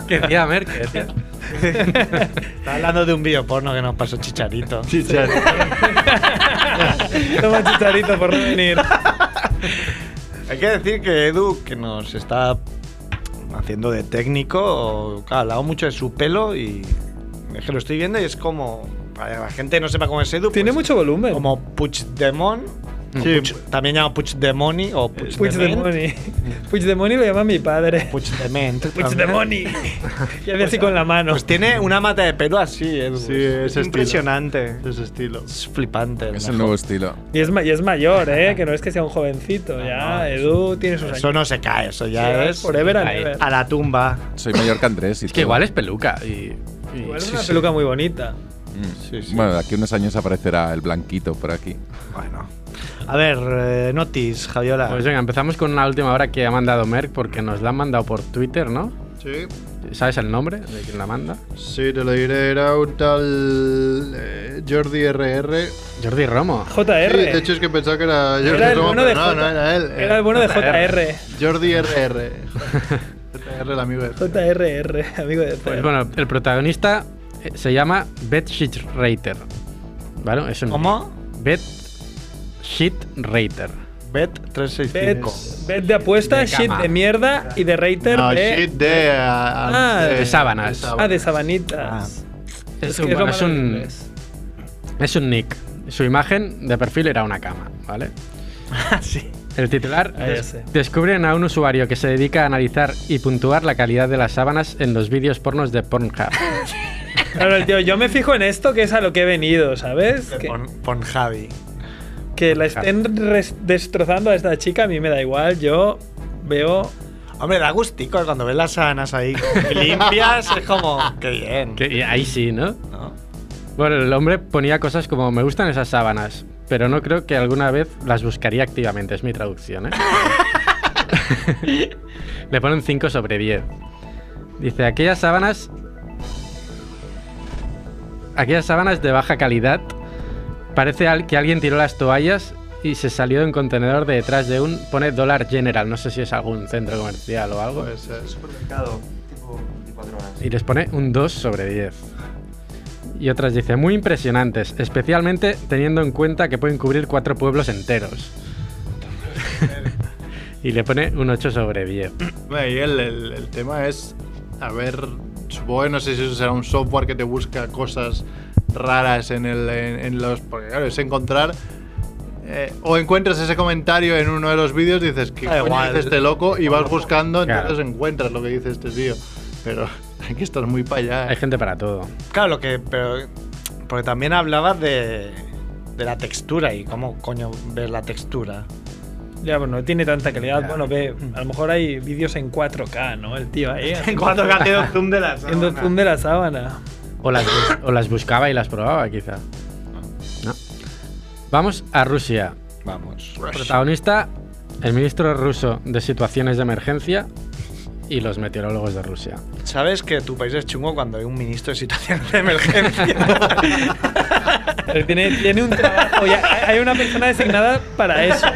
S5: Que decía Merkel, tío.
S4: Está hablando de un video porno que nos pasó Chicharito.
S3: Toma chicharito por no venir.
S4: Hay que decir que Edu, que nos está haciendo de técnico, ha hablado mucho de su pelo y es que lo estoy viendo y es como, para que la gente no sepa cómo es Edu,
S3: Tiene
S4: pues,
S3: mucho volumen.
S4: como Puigdemont,
S2: Sí.
S4: Puig- también llama Puigdemoni o
S3: Eh,
S4: Puigdement.
S3: Puigdemoni. Puigdemoni lo llama mi padre.
S4: Puigdement.
S3: Puigdemoni. Y hace así con la mano.
S4: Pues tiene una mata de pelo así, Edu.
S2: Sí,
S4: es
S2: ese estilo.
S4: impresionante.
S2: Ese estilo.
S4: Es flipante.
S7: Es
S4: mejor.
S7: el nuevo estilo.
S3: Y es, ma- y es mayor, ¿eh? Que no es que sea un jovencito. ya, Edu tiene sus
S4: Eso
S3: años.
S4: no se cae, eso ya
S3: Sí,
S4: es.
S3: forever and
S4: ahí,
S3: ever.
S4: A la tumba.
S7: Soy mayor que Andrés y
S5: Es que
S7: todo.
S5: igual es peluca y. y-
S3: Igual es
S5: sí,
S3: una
S5: sí.
S3: peluca muy bonita.
S7: Mm.
S4: Sí, sí.
S7: Bueno, de aquí a unos años aparecerá el blanquito por aquí.
S4: Bueno. A ver, eh, Notis, Javiola.
S5: Pues venga, empezamos con una última hora que ha mandado Merck porque nos la han mandado por Twitter, ¿no?
S2: Sí.
S5: ¿Sabes el nombre de quien la manda?
S2: Sí, te lo diré. Era un tal eh, Jordi RR.
S5: Jordi Romo.
S3: JR.
S2: Sí, de hecho es que pensaba que era Jordi
S3: Era el
S2: Romo,
S3: bueno
S2: pero
S3: de
S2: no,
S3: J-
S2: no era él. eh,
S3: Era el bueno de JR.
S2: Jordi RR. JR, el amigo de
S3: JRR, amigo de
S5: Pues bueno, el protagonista eh, se llama Beth Reiter. ¿Vale? Es un
S4: ¿Cómo?
S5: Beth Reiter.
S3: Bet,
S4: Bet365.
S3: bet de apuestas,
S5: De
S3: shit
S5: cama.
S3: de mierda y de Reiter
S2: No,
S3: de.
S2: shit de. a- a-
S3: Ah, de
S5: sábanas.
S3: Ah, de sabanitas.
S5: Es,
S3: que
S5: un,
S3: lo
S5: bueno, es
S3: malo del
S5: un-
S3: inglés.
S5: es un nick. Su imagen de perfil era una cama, ¿vale?
S4: Ah, sí.
S5: El titular
S3: Ah, ya
S5: des-
S3: sé.
S5: descubren a un usuario que se dedica a analizar y puntuar la calidad de las sábanas en los vídeos pornos de Pornhub.
S3: Claro, tío, yo me fijo en esto que es a lo que he venido, ¿sabes? Que,
S4: Pon, pon Javi.
S3: que la estén res- destrozando a esta chica, a mí me da igual. Yo veo.
S4: Hombre, da gustico cuando ves las sanas ahí limpias, es como, qué bien.
S5: que y ahí sí, ¿no?
S4: ¿no?
S5: Bueno, el hombre ponía cosas como me gustan esas sábanas, pero no creo que alguna vez las buscaría activamente, es mi traducción, ¿eh? Le ponen 5 sobre 10. Dice, aquellas sábanas... Aquellas sábanas de baja calidad. Parece al- que alguien tiró las toallas y se salió de un contenedor de detrás de un. Pone Dollar General, no sé si es algún centro comercial o algo.
S14: eh, Supermercado, tipo 24 horas.
S5: Y les pone un 2 sobre 10. Y otras dice, muy impresionantes, especialmente teniendo en cuenta que pueden cubrir cuatro pueblos enteros. y le pone un 8 sobre 10.
S2: Bueno, y el, el- el tema es, a ver, supongo que no sé si eso será un software que te busca cosas raras en, el, en, en los... Porque claro, es encontrar... eh, o encuentras ese comentario en uno de los vídeos, dices que
S4: Da igual.
S2: este loco y vas buscando,
S4: Claro.
S2: entonces encuentras lo que dice este tío. Pero hay que estar muy para allá. ¿eh? Hay
S5: gente para todo.
S4: Claro, lo que. Pero, porque también hablabas de, de la textura y cómo coño ves la textura.
S3: Ya, bueno, no tiene tanta calidad. Bueno, ve, a lo mejor hay vídeos en 4K, ¿no? El tío ahí.
S4: En 4K haciendo zoom de la
S3: Haciendo
S4: sábana.
S3: zoom de la sábana.
S5: O las, bus- o las buscaba y las probaba, quizá. No. Vamos a Rusia.
S4: Vamos.
S5: Protagonista, el ministro ruso de Situaciones de Emergencia y los meteorólogos de Rusia.
S4: ¿Sabes que tu país es chungo cuando hay un ministro de situación de emergencia?
S3: Pero tiene, tiene un trabajo. ya- hay una persona designada para eso.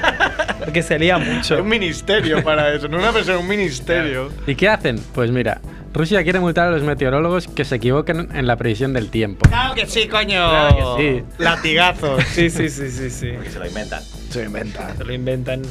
S3: Porque se lía mucho.
S4: Un ministerio para eso, no una persona, un ministerio.
S5: ¿Y qué hacen? Pues mira, Rusia quiere multar a los meteorólogos que se equivoquen en la previsión del tiempo.
S4: Claro que sí, coño.
S5: Claro que sí.
S4: Latigazos.
S3: Sí, sí, sí, sí, sí.
S14: se lo inventan.
S4: Se lo inventan.
S3: Se lo inventan.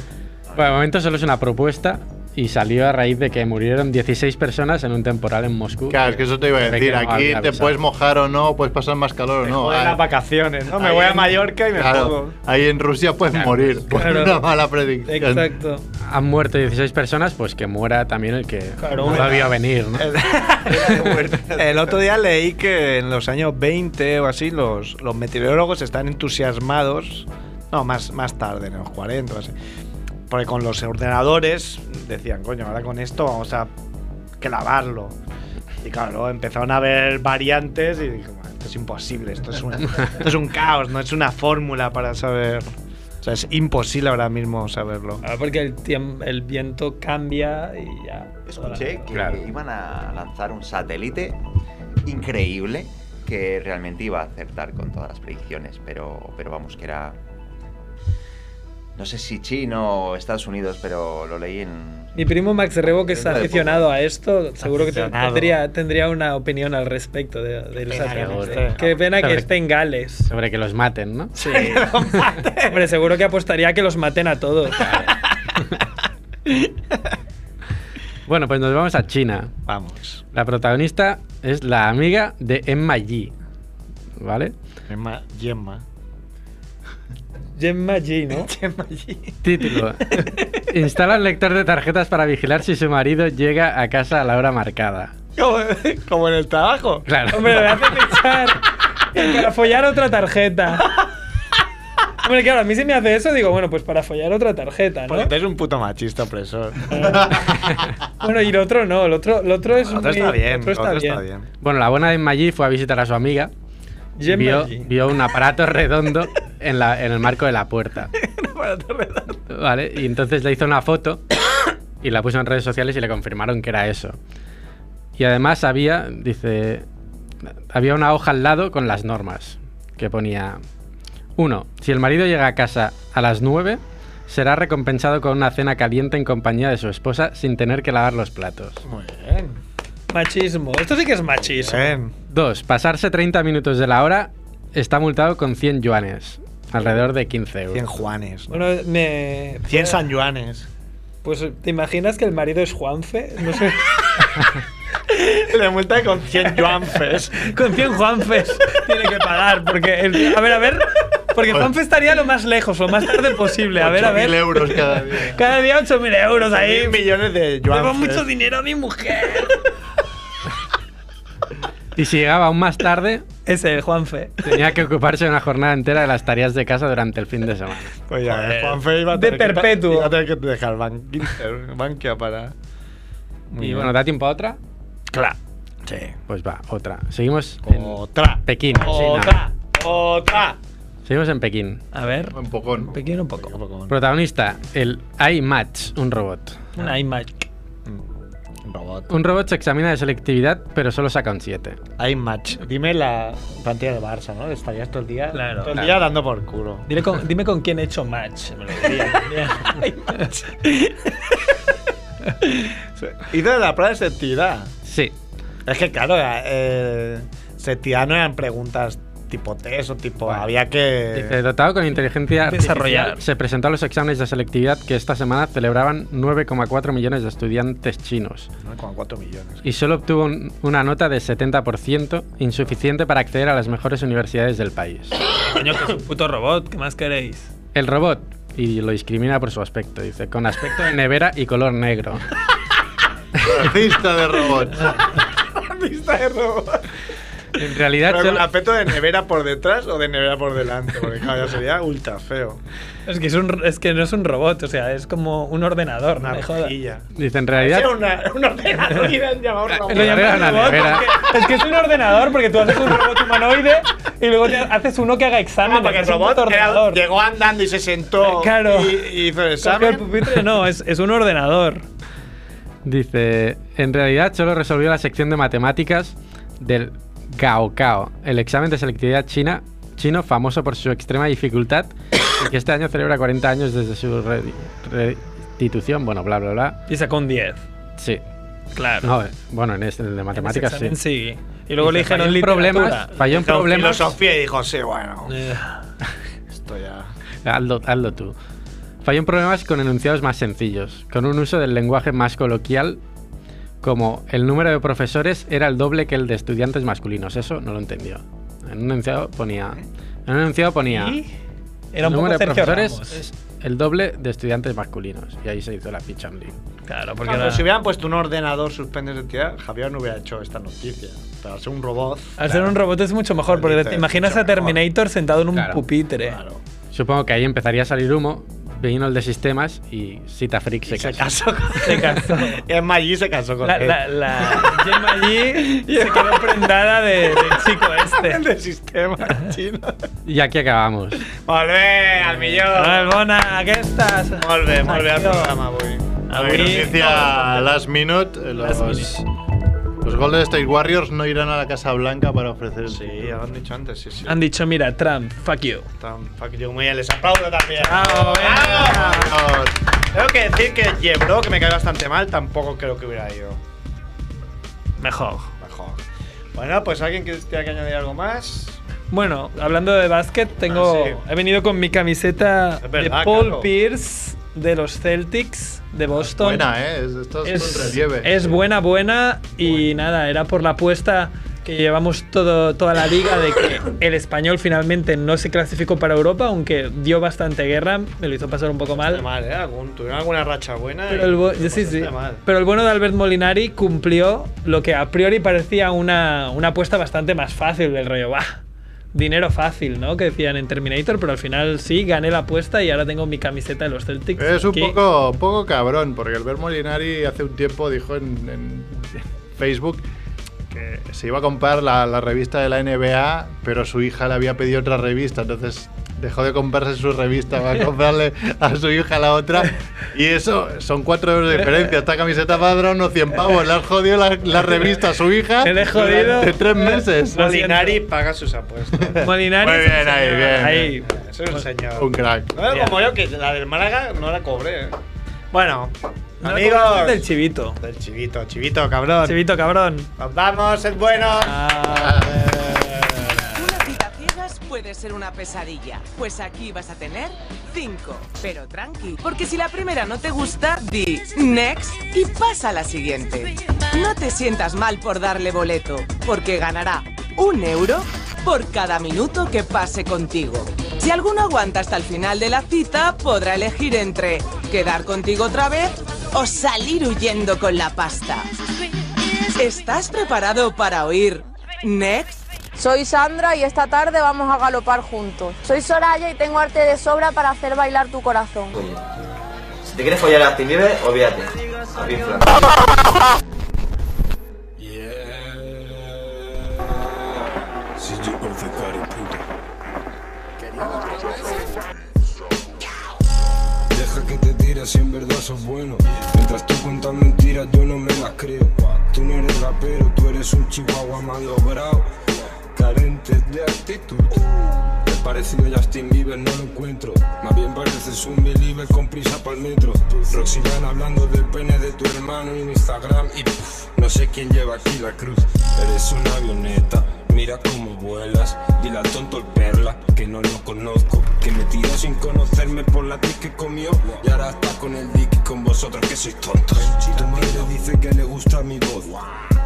S5: Bueno, de momento solo es una propuesta y salió a raíz de que murieron 16 personas en un temporal en Moscú.
S2: Claro, es que eso te iba
S5: De
S2: a
S5: que
S2: decir.
S5: no
S2: Aquí
S5: había
S2: te
S5: avisado.
S2: puedes mojar o no, puedes pasar más calor o no.
S4: Joder,
S2: Ah,
S4: las vacaciones, ¿no? Me
S2: ahí
S4: voy a
S2: en-
S4: Mallorca y me
S2: claro,
S4: pongo. pues,
S2: Ahí en Rusia puedes morir por
S5: claro.
S2: una mala predicción.
S3: Exacto.
S5: Han muerto 16 personas, pues que muera también el que
S4: Claro,
S5: no
S4: una-
S5: la vio venir, ¿no?
S4: El otro día leí que en los años 20 o así los, los meteorólogos están entusiasmados, no, más, más tarde, en los 40 o así, porque con los ordenadores decían, coño, ahora con esto vamos a clavarlo. Y claro, luego empezaron a ver variantes y dije, "Bueno, esto es imposible, esto es, un, esto es un caos, no es una fórmula para saber. O sea, es imposible ahora mismo saberlo.
S3: Ah, porque el, tiemp- el viento cambia y ya.
S14: Escuché que
S3: Claro.
S14: iban a lanzar un satélite increíble que realmente iba a acertar con todas las predicciones, pero, pero vamos, que era. No sé si chino o Estados Unidos, pero lo leí en.
S3: Mi primo Max Rebo, que es
S14: Dentro de
S3: aficionado a esto, seguro que te-
S14: Aficionado.
S3: tendría, tendría una opinión al respecto de, del
S5: pena que
S3: satélite.
S5: no esté.
S3: Qué pena que
S5: Sobre-
S3: esté en Gales.
S5: Sobre que los maten, ¿no?
S3: Sí. Hombre, seguro que apostaría que los maten a todos.
S5: Bueno, pues nos vamos a China.
S4: Vamos.
S5: La protagonista es la amiga de Emma Yi. ¿Vale?
S4: Gemma, Gemma.
S3: Gemma G, ¿no?
S4: Gemma G.
S5: Título. Instala un lector de tarjetas para vigilar si su marido llega a casa a la hora marcada.
S4: Como, como en el trabajo.
S5: Claro.
S3: Hombre, me hace pensar que para follar otra tarjeta. Hombre, claro, a mí si me hace eso, digo, bueno, pues para follar otra tarjeta, ¿no?
S4: Porque tú Pues eres un puto machista opresor.
S3: Bueno, y el otro no, el otro, el otro es
S4: El otro
S3: muy-
S4: está bien,
S3: el otro está bien.
S5: Bueno, la buena de Emma Yi fue a visitar a su amiga.
S3: Gemma
S5: Vio,
S3: Yi.
S5: vio un aparato redondo en, la- en el marco de la puerta. Vale, y entonces le hizo una foto y la puso en redes sociales y le confirmaron que era eso. Y además había, dice, había una hoja al lado con las normas que ponía 1. Si el marido llega a casa a las 9, será recompensado con una cena caliente en compañía de su esposa sin tener que lavar los platos.
S3: Muy bien. Machismo. Esto sí que es machismo.
S4: Eh.
S5: 2. Pasarse 30 minutos de la hora está multado con 100 yuanes, alrededor de 15 euros.
S4: 100 juanes.
S3: Bueno, me.
S4: 100 san yuanes.
S3: Pues, ¿te imaginas que el marido es Juanfe? No sé.
S4: Le multa con 100 yuanfes.
S3: Con 100 Juanfes tiene que pagar, porque. el- a ver, a ver. Porque Juanfe estaría lo más lejos, lo más tarde posible. A ver, a ver.
S2: 8.000 euros cada día.
S3: Cada día 8.000 euros ahí.
S4: millones de yuanfes.
S3: Debo mucho dinero a mi mujer.
S5: Y si llegaba aún más tarde,
S3: Ese, el Juanfe.
S5: tenía que ocuparse una jornada entera de las tareas de casa durante el fin de semana.
S4: Pues ya, Juanfe iba a
S3: De
S4: tener que-
S3: perpetuo.
S4: iba a tener que dejar Ban- Inter- Bankia para. Muy
S5: Y
S4: bien.
S5: bueno, ¿da tiempo a otra?
S4: Claro. Sí.
S5: Pues va, otra. Seguimos
S4: Otra.
S5: en Pekín.
S4: Otra. Otra.
S5: Seguimos en Pekín.
S3: A ver.
S2: Un poco. Un
S3: pequeño un poco.
S5: Protagonista, el iMatch, un robot.
S3: Una iMac.
S4: Robot.
S5: Un robot se examina de selectividad, pero solo saca un 7.
S4: Hay match. Dime la plantilla del Barça, ¿no? Estarías todo el día,
S3: Claro.
S4: todo el
S3: Claro.
S4: día dando por culo.
S3: Dile con- dime con quién he hecho match. Me lo diría.
S4: Hizo la prueba de selectividad.
S5: Sí.
S4: Es que, claro, eh, selectividad no eran preguntas tipo test o tipo. Había
S5: Dice,
S4: que.
S5: dotado con inteligencia
S4: Desarrollar.
S5: artificial, se presentó a los exámenes de selectividad que esta semana celebraban 9,4 millones de estudiantes chinos
S4: 9,4 millones.
S5: y solo obtuvo un- una nota de 70%, insuficiente para acceder a las mejores universidades del país.
S3: Coño, que es un puto robot. ¿Qué más queréis?
S5: El robot, y lo discrimina por su aspecto, dice, con aspecto de nevera y color negro.
S2: Racista de robot.
S4: Lista de robot.
S5: En realidad,
S4: Pero con
S5: solo-
S4: aspecto de nevera por detrás o de nevera por delante. Porque, claro, ya sería ultra feo.
S3: Es que, es, un, es que no es un robot, o sea, es como un ordenador. Una
S4: rejilla.
S5: dice, en realidad...
S4: Era una- un ordenador y le han llamado robot.
S3: Lo llaman
S5: Era una
S3: robot
S5: nevera.
S3: porque- es que es un ordenador porque tú haces un robot humanoide y luego te haces uno que haga exámenes.
S4: porque el
S3: es un
S4: robot
S3: puto
S4: era-
S3: ordenador.
S4: llegó andando y se sentó
S3: Claro.
S4: y, y hizo el
S3: Cogió el
S4: examen.
S3: pupitre, no, es, es un ordenador.
S5: Dice, en realidad solo resolvió la sección de matemáticas del Gaokao, el examen de selectividad china, chino famoso por su extrema dificultad y que este año celebra 40 años desde su redi- restitución, bueno, bla, bla, bla.
S3: Y sacó un 10.
S5: Sí.
S3: Claro.
S5: No, eh, bueno, en este, el de matemáticas
S3: En ese
S5: sí.
S3: examen sí. Y luego le dijeron
S5: falló en problemas,
S3: literatura.
S5: falló en
S4: Hizo
S5: problemas.
S4: Filosofía y dijo, sí, bueno.
S3: Eh,
S4: Esto ya.
S5: Hazlo, hazlo tú. Falló en problemas con enunciados más sencillos, con un uso del lenguaje más coloquial, como el número de profesores era el doble que el de estudiantes masculinos. Eso no lo entendió. En un enunciado ponía. En un enunciado ponía.
S3: Y Era
S5: el
S3: un poco
S5: número de
S3: Sergio
S5: profesores
S3: Ramos.
S5: es el doble de estudiantes masculinos. Y ahí se hizo la pichan league.
S3: Claro,
S4: Porque
S3: porque era...
S4: si hubieran puesto un ordenador suspende entidad, Javier no hubiera hecho esta noticia. Pero al ser un robot.
S3: Hacer un robot es mucho mejor, porque
S4: Maldita,
S3: te imaginas
S4: mucho
S3: a Terminator sentado en un
S5: Claro.
S3: pupitre.
S5: Supongo que ahí empezaría a salir humo. Vino el de sistemas y Sita Freak se,
S4: Se
S5: casó.
S4: casó con.
S3: Se casó.
S4: Es más, allí se casó con
S3: La,
S4: él.
S3: la, la Gemma allí se quedó prendada de- del chico
S4: El
S3: este.
S4: del sistema chino.
S5: Y aquí acabamos.
S4: Volve al millón.
S3: Albona, ¿qué estás?
S4: Volve, volve al
S3: Tranquilo.
S4: programa, voy.
S2: Alguna
S3: Avui-
S2: noticia last minute. eh, Los,
S3: Last
S2: los Golden State Warriors no irán a la Casa Blanca para ofrecer.
S4: Sí, ya lo han dicho antes, sí, sí.
S3: Han dicho, mira, Trump, fuck you.
S4: Tan- fuck you, muy bien, les aplaudo también.
S3: Bravo, venga.
S2: Los-
S4: Tengo que decir que Yebro, que me cae bastante mal, tampoco creo que hubiera ido.
S3: Mejor.
S4: Mejor. Bueno, pues alguien que tenga que añadir algo más.
S3: Bueno, hablando de básquet, tengo.
S4: Ah, sí.
S3: He venido con mi camiseta
S4: Es
S3: de
S4: verdad,
S3: Paul
S4: Carlos. Ah,
S3: Pierce de los Celtics de Boston.
S2: Buena, ¿eh? Es- Esto es, un relieve.
S3: es buena, buena. Y nada, era por la apuesta que llevamos todo, toda la liga de que el español finalmente no se clasificó para Europa, aunque dio bastante guerra, me lo hizo pasar un poco mal.
S4: Bastante mal, ¿eh? Algún, tuvieron alguna racha buena.
S3: Pero el, bu-
S4: y-
S3: sí, sí.
S4: bastante mal.
S3: Pero el bueno de Albert Molinari cumplió lo que a priori parecía una, una apuesta bastante más fácil del rollo. Bah, dinero fácil, ¿no? Que decían en Terminator, pero al final sí, gané la apuesta y ahora tengo mi camiseta de los Celtics.
S2: Es un
S3: aquí.
S2: poco, poco cabrón, porque Albert Molinari hace un tiempo dijo en, en Facebook que se iba a comprar la, la revista de la NBA, pero su hija le había pedido otra revista, entonces dejó de comprarse su revista para comprarle a su hija la otra. Y eso, son 4 euros de diferencia. Esta camiseta va a durar unos 100 pavos. Le has jodido la, la revista a su hija
S3: Le he jodido.
S2: de 3 meses.
S3: Lo siento.
S4: Molinari paga sus apuestas.
S3: Molinari.
S2: Muy
S3: es un
S2: bien, ahí,
S3: señor.
S2: bien.
S3: Ahí.
S4: Eso es un señor.
S2: Un crack.
S4: No era como yo, que la del Málaga no la cobré. ¿eh? Bueno,
S3: No, como
S4: amigos.
S3: el del chivito.
S4: Del chivito, chivito, cabrón.
S3: Chivito, cabrón.
S4: Nos vamos, sed buenos.
S3: Ah.
S15: Una cita ciegas puede ser una pesadilla, pues aquí vas a tener cinco. Pero tranqui, porque si la primera no te gusta, di next y pasa a la siguiente. No te sientas mal por darle boleto, porque ganará un euro por cada minuto que pase contigo. Si alguno aguanta hasta el final de la cita, podrá elegir entre quedar contigo otra vez o salir huyendo con la pasta. ¿Estás preparado para oír next?
S16: Soy Sandra y esta tarde vamos a galopar juntos. Soy Soraya y tengo arte de sobra para hacer bailar tu corazón.
S17: Si te quieres follar a Justin Bieber, olvídate. A Big Flan.
S11: Deja
S18: mensajes que te tiras si en verdad sos bueno. Mientras tú cuentas mentiras, yo no me las creo. Tú no eres rapero, tú eres un chihuahua malogrado, carente de actitud. El parecido a Justin Bieber no lo encuentro. Más bien pareces un believer con prisa para el metro. Roxillan hablando del pene de tu hermano en Instagram y pff, no sé quién lleva aquí la cruz. Eres una avioneta. Mira cómo vuelas, dile al tonto el perla que no lo conozco, que me tiró sin conocerme por la tis que comió y ahora está con el dick y con vosotros que sois tontos. Tu madre dice que le gusta mi voz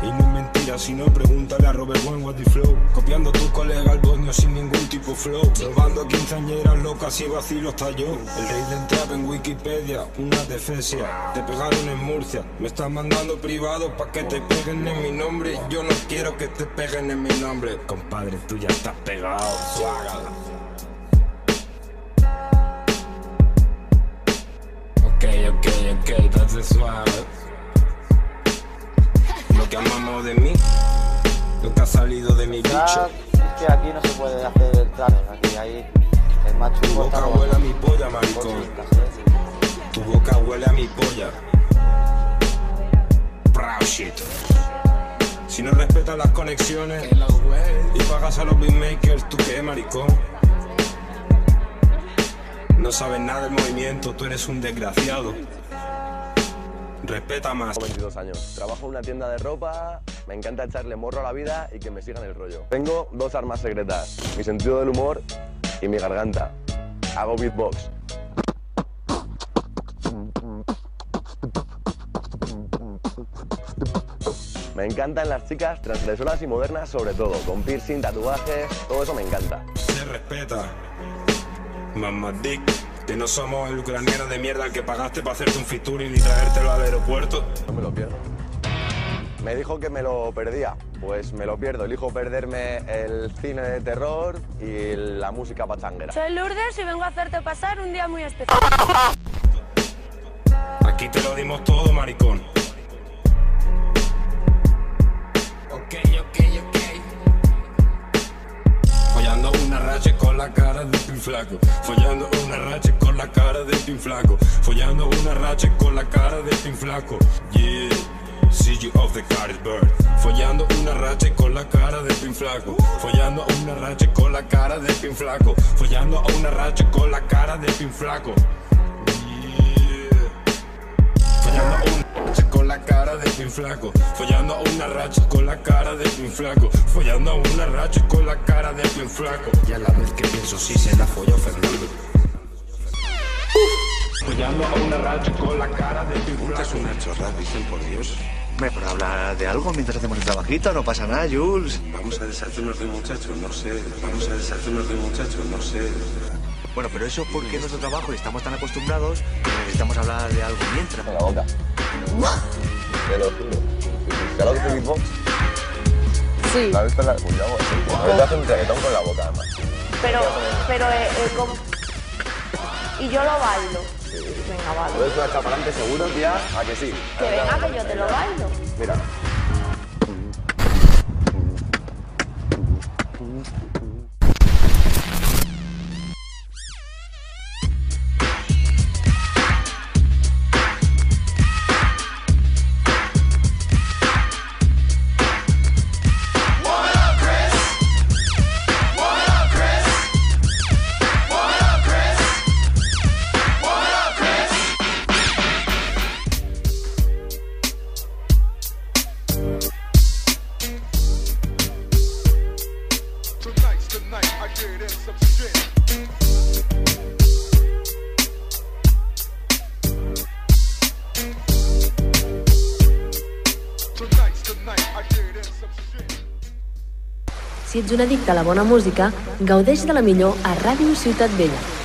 S18: y no es mentira si no pregúntale a Robert One What the Flow, copiando a tu colega al bosnio sin ningún tipo flow, robando quinceañeras locas y vacilo hasta yo. El rey del trap en Wikipedia, una defesia, te pegaron en Murcia, me estás mandando privado pa' que te peguen en mi nombre, yo no quiero que te peguen en mi nombre, compadre tú ya estás pegado, suágala. Ok, ok, ok, date suave. Lo que amamos de mí, lo que ha salido de mi bicho.
S17: Es que aquí no se puede hacer el trato, aquí hay el macho
S18: Tu boca huele a mi polla, maricón. Tu boca huele a mi polla. Proud shit. Si no respetas las conexiones y pagas a los beatmakers, ¿tú qué, maricón? No sabes nada del movimiento, tú eres un desgraciado. Respeta más.
S19: 22 años. Trabajo en una tienda de ropa, me encanta echarle morro a la vida y que me sigan el rollo. Tengo dos armas secretas, mi sentido del humor y mi garganta. Hago beatbox. Me encantan las chicas transgresoras y modernas sobre todo, con piercing, tatuajes, todo eso me encanta.
S18: Se respeta. Mamá Dick, que no somos el ucraniano de mierda que pagaste para hacerte un featuring y traértelo al aeropuerto.
S19: No me lo pierdo. Me dijo que me lo perdía. Pues me lo pierdo. Elijo perderme el cine de terror y la música pachanguera.
S13: Soy Lourdes y vengo a hacerte pasar un día muy especial.
S18: Aquí te lo dimos todo, maricón. Ok, ok, ok. Follando una racha con la cara de pin flaco. Follando una racha con la cara de pin flaco. Follando una racha con la cara de pin flaco. Yeah. See you off the cottage bird. Follando una racha con la cara de pin flaco. Follando una racha con la cara de pin flaco. Follando una racha con la cara de pin flaco. Follando a una racha con la cara de pin flaco. Follando a una racha con la cara de pin flaco. Follando a una racha con la cara de pin flaco. Y a la vez que pienso si se la folló Fernando. Follando a una racha con la cara de pin flaco. Es una chorrada, dicen por Dios.
S17: Hombre, por hablar de algo mientras hacemos el trabajito, no pasa nada, Jules.
S18: Vamos a deshacernos de muchachos, no sé. Vamos a deshacernos de muchachos, no sé.
S17: Bueno, pero eso porque es nuestro trabajo y estamos tan acostumbrados que necesitamos hablar de algo mientras. la boca.
S19: Te lo juro. ¿Te lo haces beatbox?
S16: Sí.
S19: ¿La has visto en la... Pues yo hago así. Yo te hago un reggaetón con la boca, además.
S16: Pero, pero, eh, eh, como- Y yo lo bailo. Venga, vale.
S19: Todo eso es adelante seguro, tía. ¿A que sí?
S16: Que venga, que yo te lo bailo.
S19: Mira.
S20: Si ets un addicte a la bona música, gaudeix de la millor a Ràdio Ciutat Vella.